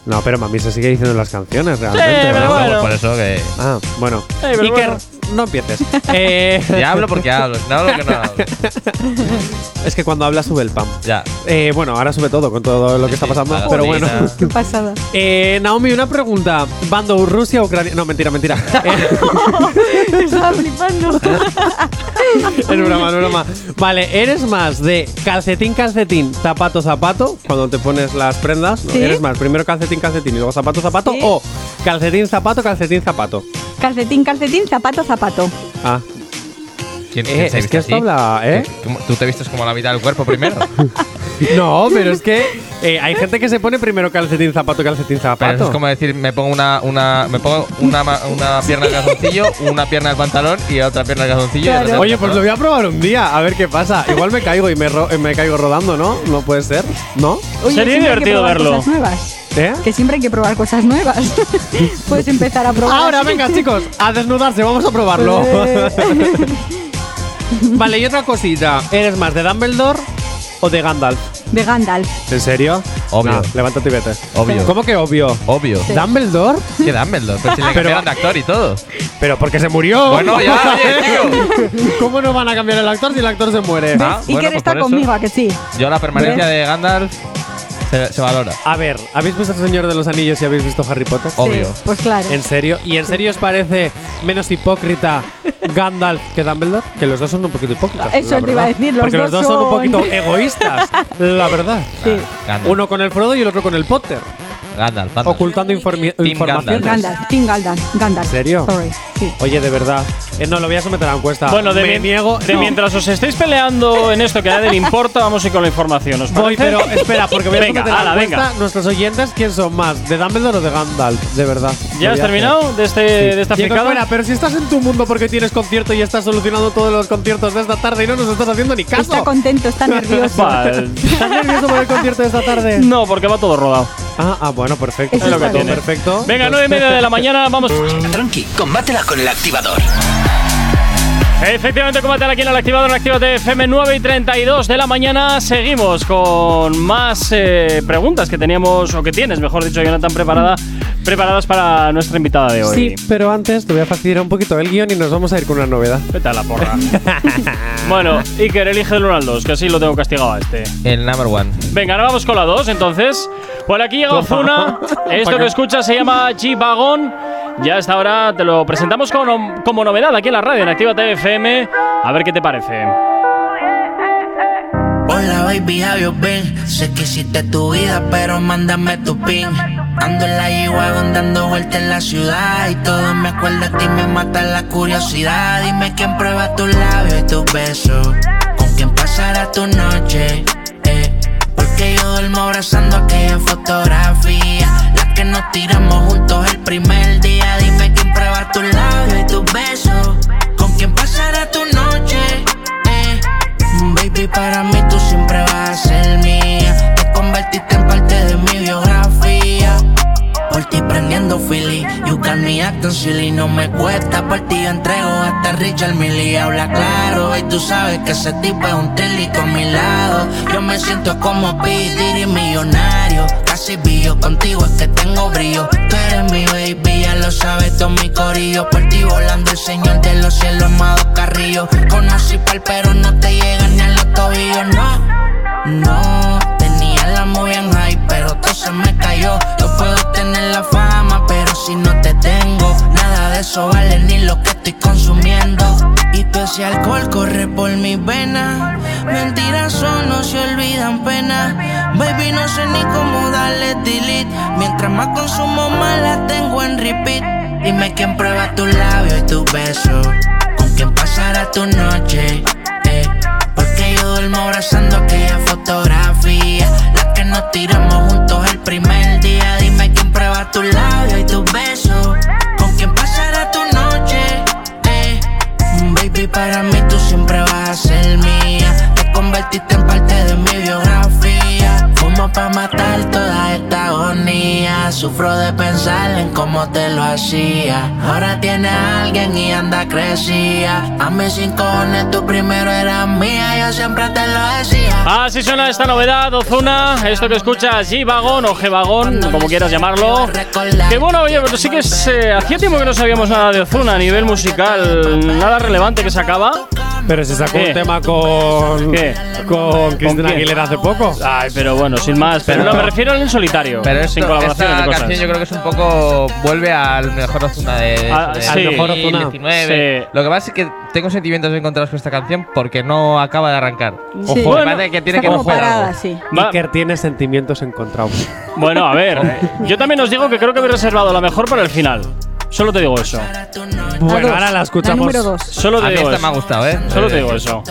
B: No, pero mami se sigue diciendo en las canciones realmente.
C: pero
B: ¿verdad?
C: bueno. Por eso que.
B: Ah, bueno.
C: pero
B: Iker,
C: bueno.
B: no empieces. Eh,
C: Ya hablo porque hablo. si No hablo que no hablo.
B: es que cuando habla sube el pam.
C: Ya.
B: Eh, bueno, ahora sube todo con todo lo que está pasando,
C: la
B: pero bueno.
C: gasolina.
I: Qué pasada.
B: Eh, Naomi, una pregunta. ¿Bando Rusia o Ucrania? No, mentira, mentira. Eh,
I: Estaba flipando.
B: es broma, es broma. Vale, ¿eres más de calcetín, calcetín, zapato, zapato? Cuando te pones las prendas, ¿no?
I: Sí.
B: ¿eres más primero calcetín, calcetín y luego zapato, zapato? ¿O calcetín, zapato, calcetín, zapato?
I: Calcetín, calcetín, zapato, zapato.
B: Ah.
C: ¿Quién,
B: Eh,
C: quién se
B: es
C: viste
B: que esto
C: así?
B: habla, ¿eh?
C: ¿Cómo- ¿Tú te vistes como la mitad del cuerpo primero?
B: No, pero es que eh, hay gente que se pone primero calcetín, zapato, calcetín,
C: Pero eso es
B: zapato.
C: como decir, me pongo una, una, me pongo una, ma- una pierna de calzoncillo, una pierna de pantalón y otra pierna de calzoncillo. y otra
B: Oye,
C: del
B: pues
C: pantalón.
B: lo voy a probar un día, a ver qué pasa. Igual me caigo y me, ro- eh, me caigo rodando, ¿no? No puede ser, ¿no?
I: Oye, siempre hay que probar Cosas nuevas.
B: ¿Eh?
I: Que siempre hay que probar cosas nuevas. Puedes empezar a probar. Eh,
B: Ahora, venga, chicos, a desnudarse, vamos a probarlo. vale, y otra cosita. ¿Eres más de Dumbledore o de Gandalf?
I: De Gandalf.
B: ¿En serio?
C: Obvio.
B: No, levántate y vete.
C: Obvio.
B: ¿Cómo que obvio?
C: Obvio.
B: ¿Dumbledore?
C: ¿Qué Dumbledore? Pero si le
B: Pero-
C: cambiaron de actor y todo.
B: Pero porque se murió.
C: Bueno, ya, oye,
B: ¿Cómo no van a cambiar el actor si el actor se muere?
C: ¿Ves? Ah,
I: Y
C: bueno,
I: que
C: pues
I: está
C: por eso.
I: conmigo, a que sí.
C: Yo la permanencia de Gandalf se, se valora.
B: A ver, ¿habéis visto El Señor de los Anillos y habéis visto Harry Potter?
C: Obvio.
I: Pues claro.
B: ¿En serio? ¿Y en serio os parece menos hipócrita Gandalf que Dumbledore? Que los dos son un poquito hipócritas.
I: Eso
B: la
I: te
B: verdad.
I: iba a decir, los
B: Porque los
I: dos
B: dos son un
I: son-
B: poquito egoístas, la verdad. Uno con el Frodo y el otro con el Potter.
C: Gandalf,
B: Ocultando informi- informaciones.
I: Gandalf, Team Gandalf. Gandalf.
B: ¿En serio?
I: Sorry. Sí.
B: Oye, de verdad. Eh, no, lo voy a someter a la encuesta.
A: Bueno, de,
B: Me
A: mien-
B: niego.
A: de
B: no.
A: mientras os estáis peleando en esto que a nadie le importa, vamos a ir con la información. ¿os
B: Voy,
A: parece?
B: pero espera, porque voy a
A: venga,
B: someter a
A: ala,
B: la encuesta
A: venga.
B: nuestros oyentes quién son más, de Dumbledore o de Gandalf, de verdad. Lo voy
A: ¿Ya
B: a
A: has
B: hacer.
A: terminado de, este,
B: Sí.
A: de esta
B: Diego,
A: fricada?
B: espera, pero si estás en tu mundo porque tienes concierto y estás solucionando todos los conciertos de esta tarde y no nos estás haciendo ni caso.
I: Está contento, está nervioso.
A: Vale.
B: ¿Estás nervioso por el concierto de esta tarde?
A: No, porque va todo rodado.
B: Ah, ah bueno, perfecto.
A: Es lo que tiene.
B: perfecto.
A: Venga, nueve y media de la mañana, vamos.
D: Tranqui, combátela con el activador.
A: Efectivamente, como tal aquí en el activador, en Actívate FM 9 y 32 de la mañana. Seguimos con más eh, preguntas que teníamos, o que tienes, mejor dicho, Jonathan, preparada, preparadas para nuestra invitada de hoy.
B: Sí, pero antes te voy a facilitar un poquito el guión y nos vamos a ir con una novedad.
A: Vete a la porra. bueno, Iker, elige el 1 al 2, que así lo tengo castigado a este.
C: El number one.
A: Venga, ahora vamos con la 2, entonces. Por aquí llega Ozuna. Esto que escuchas se llama G-Vagón. Ya hasta ahora te lo presentamos como, como novedad aquí en la radio, en Actívate FM. A ver qué te parece.
O: Hola baby, adiós ven Sé que hiciste tu vida, pero mándame tu pin Ando en la G-Wagon dando vueltas en la ciudad Y todo me acuerda de ti, me mata la curiosidad Dime quién prueba tus labios y tus besos Con quién pasará tu noche eh. Porque yo duermo abrazando aquella fotografía La que nos tiramos juntos el primer día Dime quién prueba tus labios y tus besos Con quién pasará tu noche eh. Baby, para mí tú siempre vas a ser mía. Te convertiste en parte de mi biografía. Por ti prendiendo Philly, you got me acting silly. No me cuesta, por ti yo entrego hasta Richard Milly. Habla claro, y tú sabes que ese tipo es un tilly con mi lado. Yo me siento como P. Diddy millonario. Casi billo, contigo es que tengo brillo. Tú eres mi baby, ya lo sabes, todo mi corillo. Por ti volando el señor de los cielos, amado Carrillo. Conocí pal, pero no te llega ni a los tobillos, no. No, tenía la muy en high, pero todo se me cayó. que yo. Yo puedo tener la fama, pero si no te tengo, nada de eso vale ni lo que estoy consumiendo. Y todo ese alcohol corre por mis venas. Mentiras son, no se olvidan pena. Baby, no sé ni cómo darle delete. Mientras más consumo, más la tengo en repeat. Dime quién prueba tus labios y tus besos. Con quién pasará tu noche. eh. Porque yo duermo abrazando aquella fotografía. La que nos tiramos juntos el primer día. Dime quién prueba tus labios y tus besos. Con quién pasará tu noche. eh. Baby, para mí tú siempre vas a ser mía. Te convertiste en parte de mi biografía. Fumo pa' matar toda esta agonía. Sufro de pensar en cómo te lo hacía. Ahora tiene a alguien y anda crecía. A mis cinco cojones tú primero eras mía. Yo siempre te lo decía.
A: Así suena esta novedad, Ozuna. Esto que escuchas, G-Vagón o G-Vagón, como quieras llamarlo. Que bueno, oye, pero sí que es, eh, hacía tiempo que no sabíamos nada de Ozuna a nivel musical. Nada relevante que Eh, sacaba.
B: Pero se sacó
A: ¿Qué?
B: un tema con.
A: ¿Qué?
B: Con
A: quién? Ah,
B: Cristina Aguilera hace poco.
A: Ay, pero bueno, sin más. Pero no, me refiero al en solitario.
C: Pero
A: sin
C: esto-
A: colaboraciones
C: esta
A: ni cosas.
C: canción yo creo que es un poco vuelve al mejor Ozuna de, de-
A: Ah,
C: de-
A: sí.
C: al mejor
A: Sí.
C: Ozuna 19. Lo que pasa es que tengo sentimientos encontrados con esta canción porque no acaba de arrancar. Ojo, me parece que tiene que
A: como
C: mejorar algo.
A: parada, sí.
B: Iker tiene sentimientos encontrados.
A: Bueno, a ver. Yo también os digo que creo que habéis reservado la mejor para el final. Solo te digo eso.
B: Bueno, La dos, ahora la escuchamos. la número dos.
A: Solo te
B: A mí
A: digo
B: esta
A: eso.
B: me ha gustado, ¿eh?
A: Solo te
B: Eh,
A: digo eso.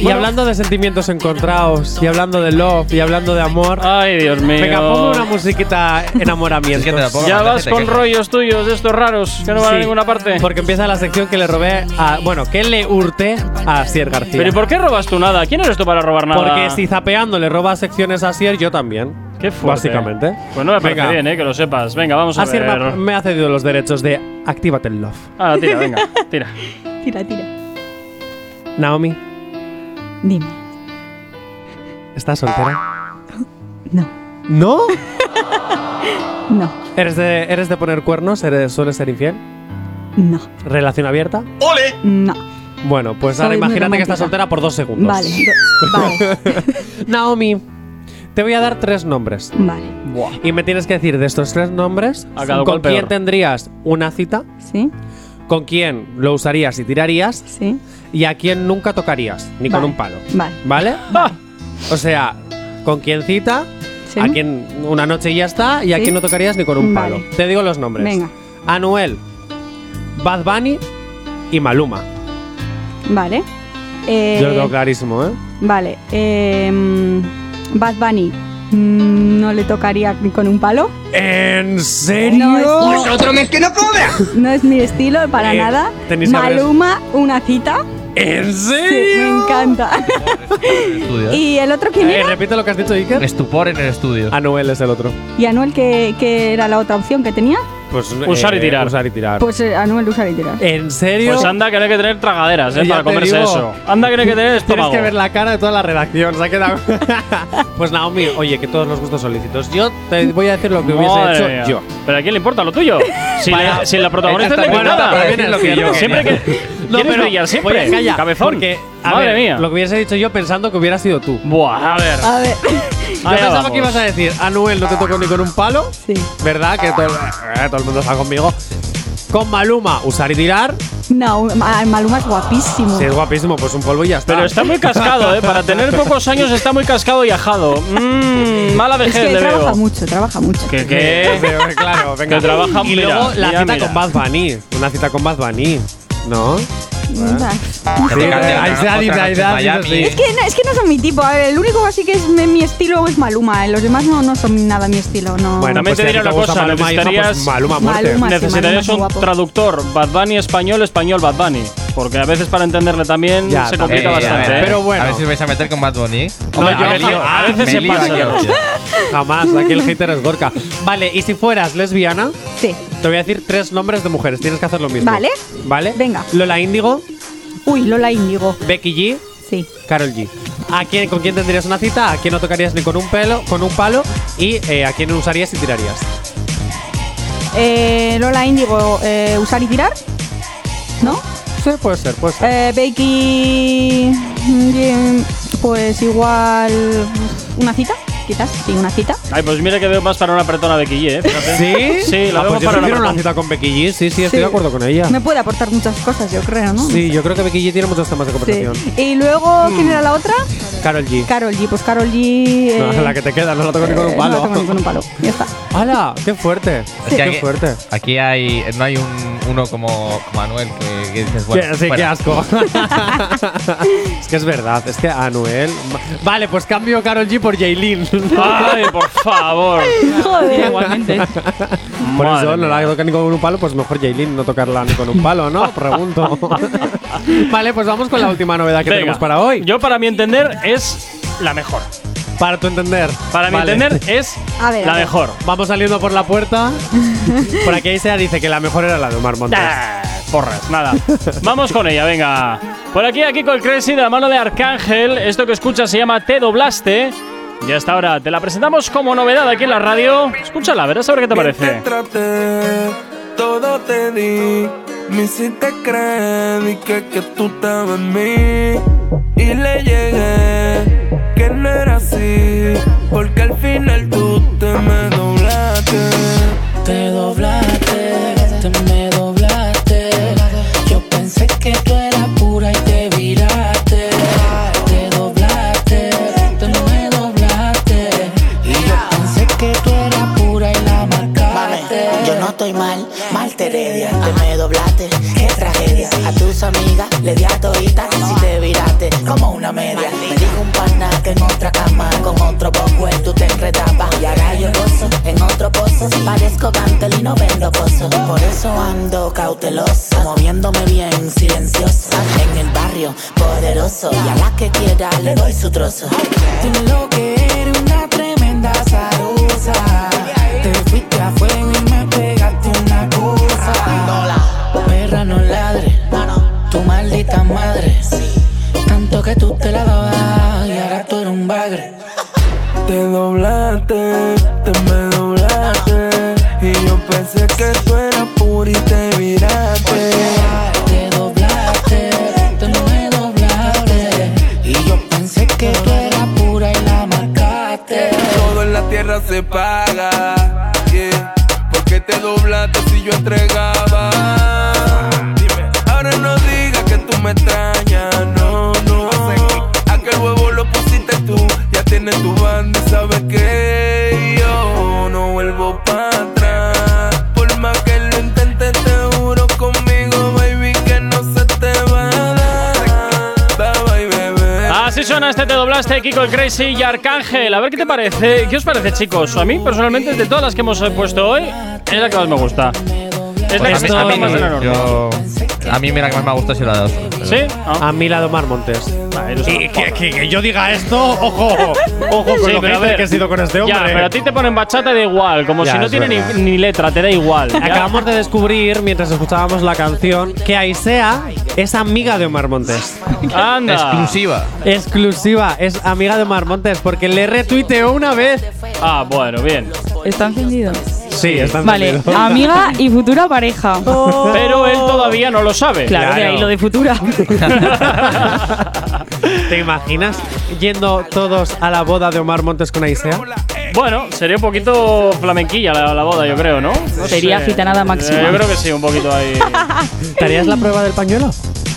B: Y hablando de sentimientos encontrados, y hablando de love, y hablando de amor.
A: Ay, Dios mío.
B: Venga, ponme una musiquita enamoramiento.
A: Ya vas con rollos tuyos de estos raros que no van a
B: Sí,
A: ninguna parte.
B: Porque empieza la sección que le robé a. Bueno, que le hurté a Sier García.
A: Pero ¿y por qué robas tú nada? ¿Quién eres tú para robar nada?
B: Porque si zapeando le roba secciones a Sier, yo también.
A: Qué fuerte.
B: Básicamente.
A: Pues no me parece
B: Venga.
A: bien, eh, que lo sepas. Venga, vamos a
B: Asier me ha-
A: ver.
B: me ha cedido los derechos de Actívate el Love.
A: Ah, tira, venga, tira.
I: Tira, tira.
B: Naomi,
I: Dime.
B: ¿estás soltera?
I: No.
B: ¿No?
I: No.
B: ¿Eres de, eres de poner cuernos? ¿Eres, ¿Sueles ser infiel?
I: No.
B: ¿Relación abierta?
I: ¡Ole! No.
B: Bueno, pues
I: Soy
B: ahora
I: muy
B: imagínate que estás
I: romántica.
B: soltera por dos segundos.
I: Vale. do- vale.
B: Naomi, te voy a dar tres nombres.
I: Vale.
B: Y me tienes que decir de estos tres nombres
A: A cada cual
B: con quién
A: peor.
B: tendrías una cita.
I: Sí.
B: Con quién lo usarías y tirarías.
I: Sí.
B: Y a quién nunca tocarías, ni con
I: Vale.
B: un palo.
I: Vale.
B: ¿Vale? O sea, con quién cita,
I: Sí.
B: a quién una noche y ya está, y a
I: Sí.
B: quién no tocarías ni con un palo.
I: Vale.
B: Te digo los nombres.
I: Venga.
B: Anuel, Bad Bunny y Maluma.
I: Vale. Eh,
B: Yo lo tengo clarísimo, ¿eh?
I: Vale. eh, mm, Bad Bunny. mm, No le tocaría ni con un palo.
B: ¿En serio? Pues
I: otro mes que no cobra! No es mi estilo para
B: Eh,
I: nada.
B: tenéis que haber-
I: Maluma, una cita.
B: ¿En
I: Sí, me encanta. ¿Y el otro quién
B: Eh,
I: era?
B: repite lo que has dicho, Iker. Estupor en el estudio. Anuel es el otro.
I: ¿Y Anuel que, era la otra opción que tenía?
B: Pues,
A: Usar y tirar.
B: Usar y tirar.
I: Pues eh, Anuel usar y tirar.
B: ¿En serio?
A: Pues anda que no hay que tener tragaderas, eh,
B: Ya
A: para
B: te
A: comerse
B: digo.
A: eso. Anda que no hay que tener
B: Tienes
A: estómago.
B: que ver la cara de toda la redacción. Se ha quedado. pues Naomi, oye, que todos los gustos solícitos. Yo te voy a decir lo que hubiese
A: Madre
B: hecho
A: mía.
B: yo.
A: ¿Pero a quién le importa lo tuyo? Si,
B: Vaya.
A: la, si la protagonista es la
B: Bueno,
A: invitada.
B: pero viene lo que yo
A: Siempre
B: quería.
A: que.
B: No,
A: quieres
B: pero
A: brillar siempre.
B: voy a callar,
A: Cabezón.
B: porque, a
A: Madre
B: ver,
A: mía.
B: Lo que hubiese dicho yo pensando que hubiera sido tú.
A: Buah, a ver.
I: A ver.
B: Yo
A: Allá
B: pensaba
A: vamos.
B: que ibas a decir, Anuel no te toco ni con un palo.
I: Sí.
B: ¿Verdad? Que todo, eh, todo el mundo está conmigo. Con Maluma, usar y tirar.
I: No, Ma- Maluma es guapísimo.
B: Si es guapísimo, pues un polvo y ya está.
A: Pero está muy cascado, ¿eh? Para tener pocos años está muy cascado y ajado. Mmm, mala
I: Es
A: vejez
I: que
A: le
I: trabaja
A: veo.
I: mucho, trabaja mucho.
A: ¿Qué, qué?
B: claro, venga.
A: Que trabaja
B: y
A: mira,
B: luego la
A: mira,
B: cita
A: mira.
B: con Bad Bunny. Una cita con Bad Bunny. ¿No?
I: Mm, Va.
B: Sí, ahí se ha dicho, ahí se ha dicho, sí.
I: Es que, no, es que no son mi tipo. A ver, el único así que es mi, mi estilo es Maluma. eh. Los demás no, no son nada mi estilo. No.
B: Bueno,
A: También
B: pues
A: te
B: si a
A: diré
B: ti te
A: una
B: gusta
A: cosa,
B: Maluma, hija, pues
A: necesitarías,
B: Maluma, muerte.
I: Maluma, sí,
A: necesitarías
I: Maluma es
A: un
I: guapo.
A: traductor, Bad Bunny español, español Bad Bunny, porque a veces para entenderle también
C: Ya,
A: se
C: también,
A: complica
C: eh,
A: bastante.
C: a ver,
A: ¿eh?
C: pero bueno. A ver si os vais a meter con Bad Bunny.
A: No, yo
C: me
A: no.
C: lío,
A: A veces
C: me
A: se
C: lío
A: pasa.
C: aquí, hostia.
B: Jamás, aquí el hater es Gorka. Vale, y si fueras lesbiana,
I: Sí.
B: te voy a decir tres nombres de mujeres. Tienes que hacer lo mismo.
I: Vale.
B: ¿Vale?
I: Venga.
B: Lola Índigo,
I: Uy, Lola Índigo.
B: Becky G,
I: Sí.
B: Carol G. ¿A quién, ¿Con quién tendrías una cita? ¿A quién no tocarías ni con un pelo, con un palo? ¿Y eh, a quién usarías y tirarías?
I: Eh, Lola Índigo, eh, usar y tirar. ¿No?
B: Sí, puede ser, puede ser.
I: Eh, Becky. mm, bien, Pues igual. Una cita. quizás, sí, una cita.
A: Ay, pues mira que veo más para una pretona de Quillé, ¿eh? Fíjate.
B: ¿Sí?
A: Sí, la
B: Ah,
A: veo
B: pues yo
A: para una
B: prefiero una
A: pretona.
B: cita con Becky G. Sí, sí, estoy
I: Sí.
B: de acuerdo con ella.
I: Me puede aportar muchas cosas, yo creo, ¿no?
B: Sí, yo creo que Becky G tiene muchos temas de conversación. Mm.
I: Sí. Y luego, ¿quién era la otra?
B: Carol G.
I: Carol G. Pues Carol G. eh,
B: No, la que te queda, no la toco ni con un
I: eh, no la
B: palo.
I: toco ni con un palo. Ya está.
B: ¡Hala! ¡Qué fuerte!
C: Es que
B: ¡Qué fuerte!
C: Aquí hay, no hay un, uno como Manuel que, que dices, bueno,
B: sí, qué
C: fuera.
B: asco. es que es verdad, es que Anuel. Vale, pues cambio Carol G por Jaylin.
A: Ay, por favor.
I: Joder.
A: Igualmente.
B: Por
A: Madre
B: eso no la toca ni con un palo, pues mejor Jaylin no tocarla ni con un palo, ¿no? Pregunto. vale, pues vamos con la última novedad que
A: Venga.
B: tenemos para hoy.
A: Yo, para mi entender, es la mejor.
B: Para tu entender.
A: Para mi
B: Vale.
A: entender, es
I: A ver,
A: la
I: a ver.
A: mejor.
B: Vamos saliendo por la puerta. por aquí Aisea dice que la mejor era la de Omar Montes.
A: Ah, porras, nada. Vamos con ella, venga. Por aquí, aquí con Crazy de la mano de Arcángel. Esto que escuchas se llama Te Doblaste. Y hasta ahora te la presentamos como novedad aquí en la radio. Escúchala, verás a ver qué te parece.
P: traté, todo te di. Me hiciste creer dije que tú estabas en mí. Y le llegué que no era así. Porque al final tú te me doblaste.
O: Te doblaste, te me doblaste. Yo pensé que tú eras pura y te viraste. Te doblaste, te me doblaste. Y yo pensé que tú eras pura y la marcaste.
Q: Yo no estoy mal, mal te heredia. Te me doblaste, qué tragedia. A tus amigas le di a todita si te viraste como una media. Me dijo un pana que en otra cama con otro poco tú te enredabas. Y ahora yo gozo en otro pozo. Parezco Gantel y no vendo pozos. Por eso ando cautelosa, moviéndome bien, silenciosa. En el barrio, poderoso. Y a la que quiera le doy su trozo.
O: Dime lo que eres una tremenda zarosa. Te fuiste a fuego y me pegaste una cosa. Perra no ladre, tu maldita madre. Tanto que tú te la dabas y ahora tú eres un bagre.
P: Te doblaste, te me doblaste. Y yo pensé que tú eras pura y te viraste.
O: Te doblaste, tú no me doblaste. Y yo pensé que tú eras pura y la marcaste.
P: Todo en la tierra se paga. Yeah. ¿Por qué te doblaste si yo entregaba? Dime, ahora no digas que tú me extrañas. No, no. Aquel huevo lo pusiste tú. Ya tienes tu banda y sabes que yo no vuelvo para atrás. Por más que lo intentes, te juro conmigo, baby, que no se te va a dar. Bye, bye, bebé.
A: Así suena este Te Doblaste, Kiko el Crazy y Arcángel. A ver qué te parece. ¿Qué os parece, chicos? A mí, personalmente, de todas las que hemos eh, puesto hoy, es la que más me gusta. Es la que
C: Pues
A: me gusta más de la norma.
C: yo- a mí mira que más me ha gustado si la dos.
A: ¿Sí?
B: A mí la de Omar Montes.
A: Y
B: que, que- que yo diga esto, ojo, ojo con
A: Sí,
B: lo
A: pero a
B: hater
A: ver.
B: que he sido con este hombre.
A: Ya, pero a ti te ponen bachata de igual, como
B: Ya,
A: si no
B: es
A: tiene ni,
B: verdad.
A: ni letra, te da igual. ¿ya?
B: Acabamos de descubrir, mientras escuchábamos la canción, que Aisea es amiga de Omar Montes.
A: Anda.
C: Exclusiva.
B: Exclusiva, es amiga de Omar Montes porque le retuiteó una vez.
A: Ah, bueno, bien.
R: ¿Está encendido?
B: Sí, está
R: Vale,
B: entendido.
R: amiga y futura pareja.
B: Oh.
A: Pero él todavía no lo sabe.
R: Claro, de ahí lo de futura.
B: ¿Te imaginas yendo todos a la boda de Omar Montes con Aisea?
A: Bueno, sería un poquito flamenquilla la, la boda, yo creo, ¿no? No
R: Sería gitanada máxima.
A: Eh, yo creo que sí, un poquito ahí.
B: ¿Te harías la prueba del pañuelo?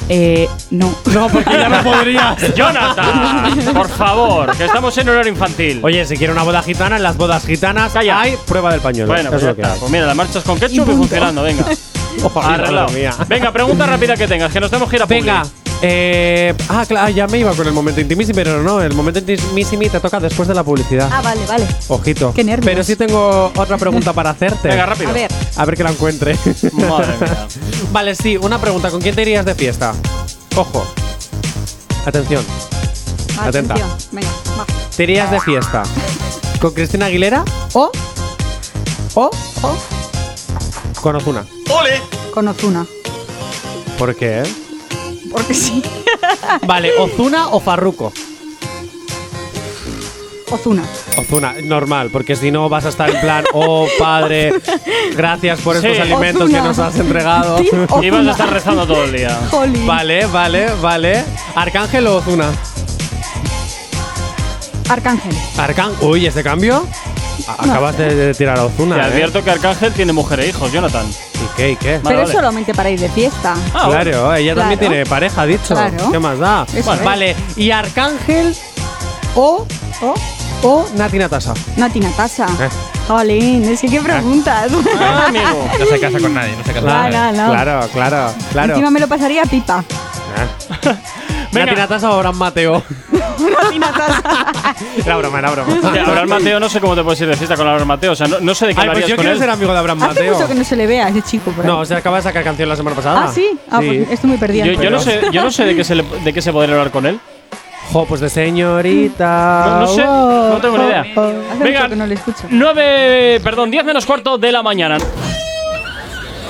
R: Eh, no.
B: No, porque ya no podrías.
A: Jonathan, por favor, que estamos en horario infantil.
B: Oye, si quiere una boda gitana, en las bodas gitanas hay prueba del pañuelo.
A: Bueno, pues
B: Es
A: ya
B: lo que
A: está.
B: hay.
A: Pues mira, las marchas con ketchup y, funcionando, venga.
B: Ojo,
A: Arreglado.
B: madre mía.
A: Venga, pregunta rápida que tengas, que nos tenemos que ir a publi.
B: Venga. Eh, ah, claro, ya me iba con el momento intimísimo, pero no, el momento intimísimo te toca después de la publicidad.
I: Ah, vale, vale.
B: Ojito.
I: Qué nervios.
B: Pero sí tengo otra pregunta para hacerte.
A: Venga, rápido.
I: A ver.
B: A ver que la encuentre.
A: Madre mía.
B: Vale, sí, una pregunta. ¿Con quién te irías de fiesta? Ojo. Atención. Atenta.
I: Ah, Atención. Venga, va.
B: ¿Te irías de fiesta? ¿Con Cristina Aguilera o. o.
I: o.
B: con Ozuna?
A: ¡Ole!
I: Con Ozuna.
B: ¿Por qué?
I: Porque sí.
B: Vale, Ozuna o Farruco.
I: Ozuna.
B: Ozuna, normal, porque si no vas a estar en plan, oh padre, gracias por estos
A: Sí.
B: alimentos que
I: Ozuna.
B: nos has entregado.
I: Team Ozuna.
A: Y vas a estar rezando todo el día.
I: Jolín.
B: Vale, vale, vale. ¿Arcángel o Ozuna?
I: Arcángel.
B: Arcán. Uy, ¿este cambio? A- Acabas de, de tirar a Ozuna.
A: Te
B: ¿eh?
A: advierto que Arcángel tiene mujer e hijos, Jonathan.
B: ¿Y qué? ¿Y qué?
I: Pero es solamente para ir de fiesta.
B: claro, ella también
I: Claro.
B: tiene pareja, ha dicho.
I: Claro.
B: ¿Qué más da?
I: Eso es.
B: Vale, y Arcángel o, o, o Nati Natasa.
I: Nati Natasha.
B: Eh.
I: Jolín, es que qué preguntas.
B: Ah,
C: No se casa con nadie, no se casa con
I: No,
C: nadie.
I: no, no.
B: Claro, claro, claro.
I: Encima me lo pasaría pipa.
A: Ah.
B: Eh. Nati Natasa o Abraham Mateo.
I: Nati Natasha.
B: Era broma, era broma.
A: Ya, Abraham Mateo, no sé cómo te puedes ir de fiesta con Abraham Mateo. O sea, no, no sé de qué
B: Ay, pues
A: hablarías
B: yo
A: con
B: quiero
A: él.
B: ser amigo de Abraham
I: Hace mucho que
B: Mateo.
I: no se le vea a ese chico. por ahí.
B: No, se acaba de sacar canción la semana pasada.
I: Ah, sí. Ah, pues estoy muy perdida.
A: Yo, yo no sé,
I: entonces.
A: yo no sé de, qué se le- de qué se podría hablar con él.
B: Jo, pues de señorita.
A: No, no sé, no tengo ni idea.
I: Hace
A: Venga,
I: mucho que no le escucho.
A: 9, perdón, 10 menos cuarto de la mañana.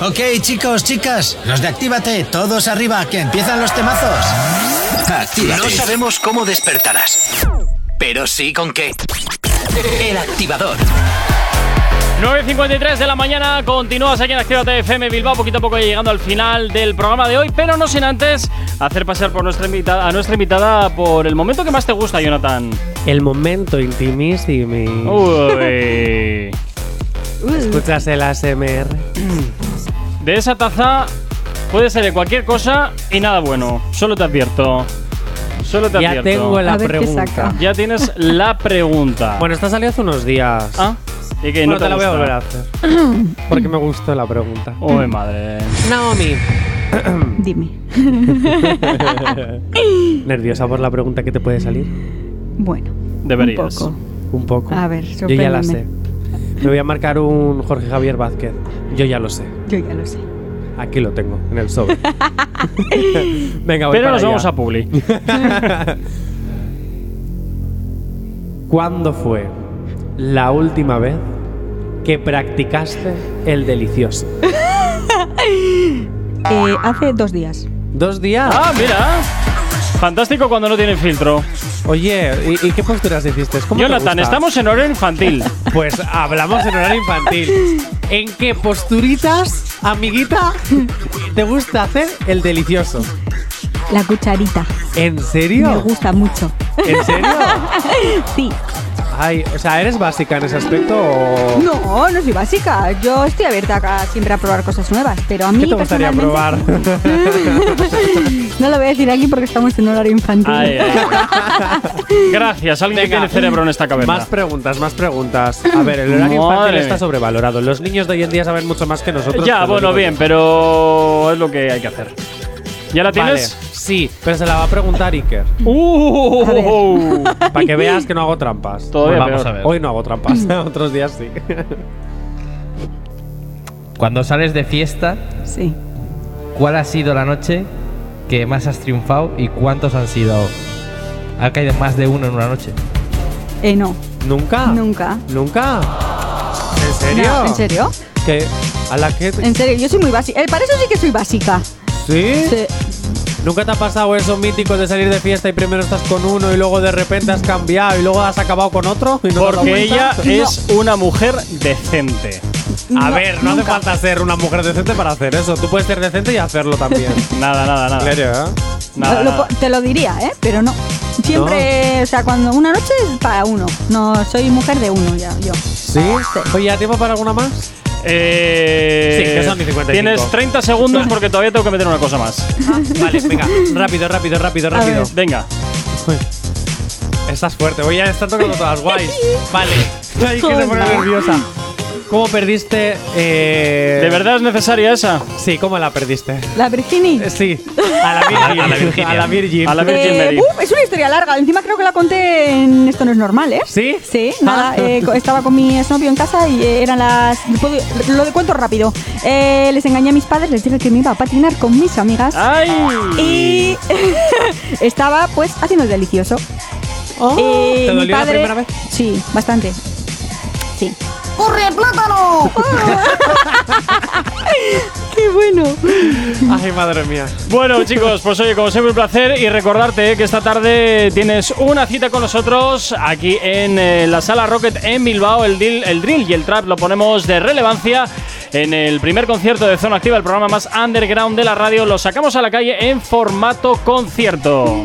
S: Ok, chicos, chicas, los de Actívate, todos arriba, que empiezan los temazos.
D: Actívate. No sabemos cómo despertarás, pero sí con qué. El activador.
A: 9.53 de la mañana, continúas aquí en Actívate FM Bilbao, poquito a poco llegando al final del programa de hoy, pero no sin antes hacer pasar por nuestra invitada, a nuestra invitada por el momento que más te gusta, Jonathan.
B: El momento intimísimo.
A: Uy.
B: Escuchas el ASMR.
A: De esa taza puede ser de cualquier cosa y nada bueno, solo te advierto. Solo te
B: Ya
A: advierto.
B: tengo la A ver qué pregunta. saca.
A: Ya tienes la pregunta.
B: Bueno, esta salió hace unos días.
A: Ah, y que
B: Bueno,
A: no te,
B: te la voy a
A: gusta.
B: volver a hacer. Porque me gustó la pregunta.
A: Uy, madre.
B: Naomi.
I: Dime.
B: ¿Nerviosa por la pregunta que te puede salir?
I: Bueno,
A: Deberías.
I: poco.
B: Un poco.
I: A ver,
B: Yo ya la sé.
I: sorpréndeme.
B: Me voy a marcar un Jorge Javier Vázquez. Yo ya lo sé.
I: yo ya lo sé.
B: Aquí lo tengo, en el sobre. Venga, voy
A: Pero
B: para
A: nos vamos
B: allá.
A: a Publi.
B: ¿Cuándo fue la última vez que practicaste el delicioso?
I: Eh, hace dos días.
B: ¿Dos días?
A: Ah, mira. Fantástico cuando no tienen filtro.
B: Oye, ¿y, y qué posturas hiciste? ¿Cómo te
A: Jonathan,
B: gusta?
A: estamos en horario infantil.
B: Pues hablamos en horario infantil. ¿En qué posturitas, amiguita, te gusta hacer el delicioso?
I: La cucharita.
B: ¿En
I: Me
B: serio?
I: gusta mucho.
B: ¿En serio?
I: Sí.
B: Ay, o sea, ¿eres básica en ese aspecto o.?
I: No, no soy básica. Yo estoy abierta a- siempre a probar cosas nuevas, pero a mí
B: ¿Qué te gustaría
I: personalmente-
B: probar?
I: No lo voy a decir aquí porque estamos en horario infantil.
A: Ay, ay, Gracias, alguien que tiene cerebro en esta caverna.
B: Más preguntas, más preguntas. A ver, el horario
A: Madre
B: infantil
A: mía.
B: está sobrevalorado. Los niños de hoy en día saben mucho más que nosotros.
A: ya,
B: por lo
A: bueno,
B: digo
A: bien,
B: yo.
A: pero es lo que hay que hacer. ¿Ya la
B: Vale,
A: tienes?
B: sí, pero se la va a preguntar Iker.
A: Uh,
B: Para que veas que no hago trampas. Pues
A: Todavía
B: vamos
A: peor.
B: a ver. Hoy no hago trampas, ¿eh? otros días sí.
C: Cuando sales de fiesta,
I: Sí.
C: ¿cuál ha sido la noche que más has triunfado y cuántos han sido? Ha caído más de uno en una noche.
I: Eh, no.
B: ¿Nunca?
I: Nunca.
B: ¿Nunca? ¿En serio?
I: No, ¿En serio?
B: ¿Qué? ¿A la que.?
I: En serio, yo soy muy básica. Eh, para eso sí que soy básica.
B: ¿Sí?
I: Sí.
B: ¿Nunca te ha pasado eso mítico de salir de fiesta y primero estás con uno y luego de repente has cambiado y luego has acabado con otro? y no te has dado
A: Porque ella
B: cuenta?
A: es una mujer decente.
B: A ver, no hace falta ser una mujer decente para hacer eso. Tú puedes ser decente y hacerlo también.
A: Nada, nada, nada.
B: Claro, ¿eh?
A: Nada,
I: Lo-
A: nada.
I: Te lo diría, ¿eh? Pero no. Siempre, o sea, cuando una noche es para uno. No, soy mujer de uno ya, yo.
B: ¿Sí? Oye, ¿a tiempo para alguna más?
A: Eh,
B: Sí, que son mis 55.
A: Tienes 30 segundos porque todavía tengo que meter una cosa más.
B: Vale, venga, rápido, rápido, rápido, rápido.
A: Venga.
B: Estás fuerte, voy a estar tocando todas guays. Vale. Ay, que se pone
A: Joder.
B: nerviosa. ¿Cómo perdiste? eh,
A: ¿De verdad es necesaria esa?
B: Sí, ¿cómo la perdiste?
I: La Virginie.
B: Sí, a la Virgin.
A: A la Virginia.
B: A la Virgin.
A: A la Virgin
I: Eh,
A: Mary.
I: uf, es una historia larga. Encima creo que la conté en Esto no es normal, ¿eh?
B: ¿Sí? Ah.
I: Sí, nada. eh, co- estaba con mi exnovio en casa y eh, eran las... puedo- Lo de cuento rápido. Eh, les engañé a mis padres, les dije que me iba a patinar con mis amigas.
A: ¡Ay!
I: Y estaba, pues, haciendo el delicioso. Y
B: Oh. ¿Te
I: mi
B: dolió la
I: padre-
B: primera vez?
I: Sí, bastante. Sí.
F: ¡Corre, plátano!
I: ¡Qué bueno!
B: Ay, madre mía.
A: Bueno, chicos, pues oye, como siempre, un placer. Y recordarte eh, que esta tarde tienes una cita con nosotros aquí en eh, la sala Rocket en Bilbao. El, drill- el drill y el trap lo ponemos de relevancia en el primer concierto de Zona Activa, el programa más underground de la radio. Lo sacamos a la calle en formato concierto.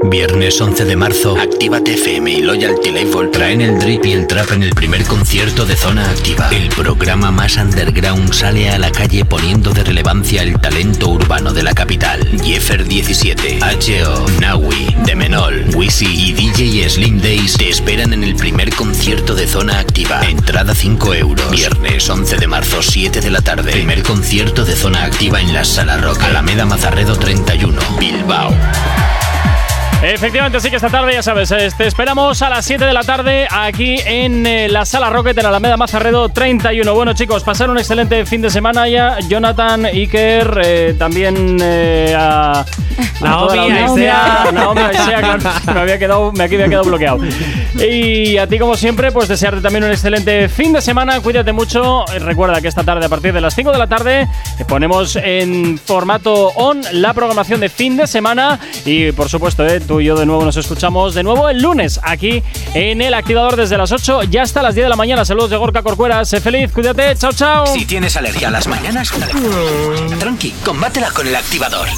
D: Viernes 11 de marzo, Actívate FM y Loyalty Label traen el drip y el trap en el primer concierto de Zona Activa. El programa más underground sale a la calle poniendo de relevancia el talento urbano de la capital. Jeffer 17, H.O., Nawi, Demenol, Wisi y DJ Slim Days te esperan en el primer concierto de Zona Activa. Entrada 5 euros. Viernes 11 de marzo, 7 de la tarde. Primer concierto de Zona Activa en la Sala Roca, Alameda Mazarredo 31, Bilbao.
A: Efectivamente, sí que esta tarde, ya sabes, eh, te esperamos a las 7 de la tarde aquí en eh, la Sala Rocket en Alameda Mazarredo 31. Bueno, chicos, pasar un excelente fin de semana ya. Jonathan, Iker, eh, también eh, a, a
B: Naomi,
A: toda la audiencia. Naomi, Aisea, claro, me había quedado, me aquí había quedado bloqueado. Y a ti, como siempre, pues desearte también un excelente fin de semana. Cuídate mucho. Eh, Recuerda que esta tarde, a partir de las 5 de la tarde, te ponemos en formato on la programación de fin de semana. Y por supuesto, eh, tú y yo de nuevo nos escuchamos de nuevo el lunes aquí en el activador desde las 8 ya hasta las 10 de la mañana. Saludos de Gorka Corcuera. Sé feliz, cuídate. Chao, chao.
D: Si tienes alergia a las mañanas, dale. tranqui, combátela con el activador.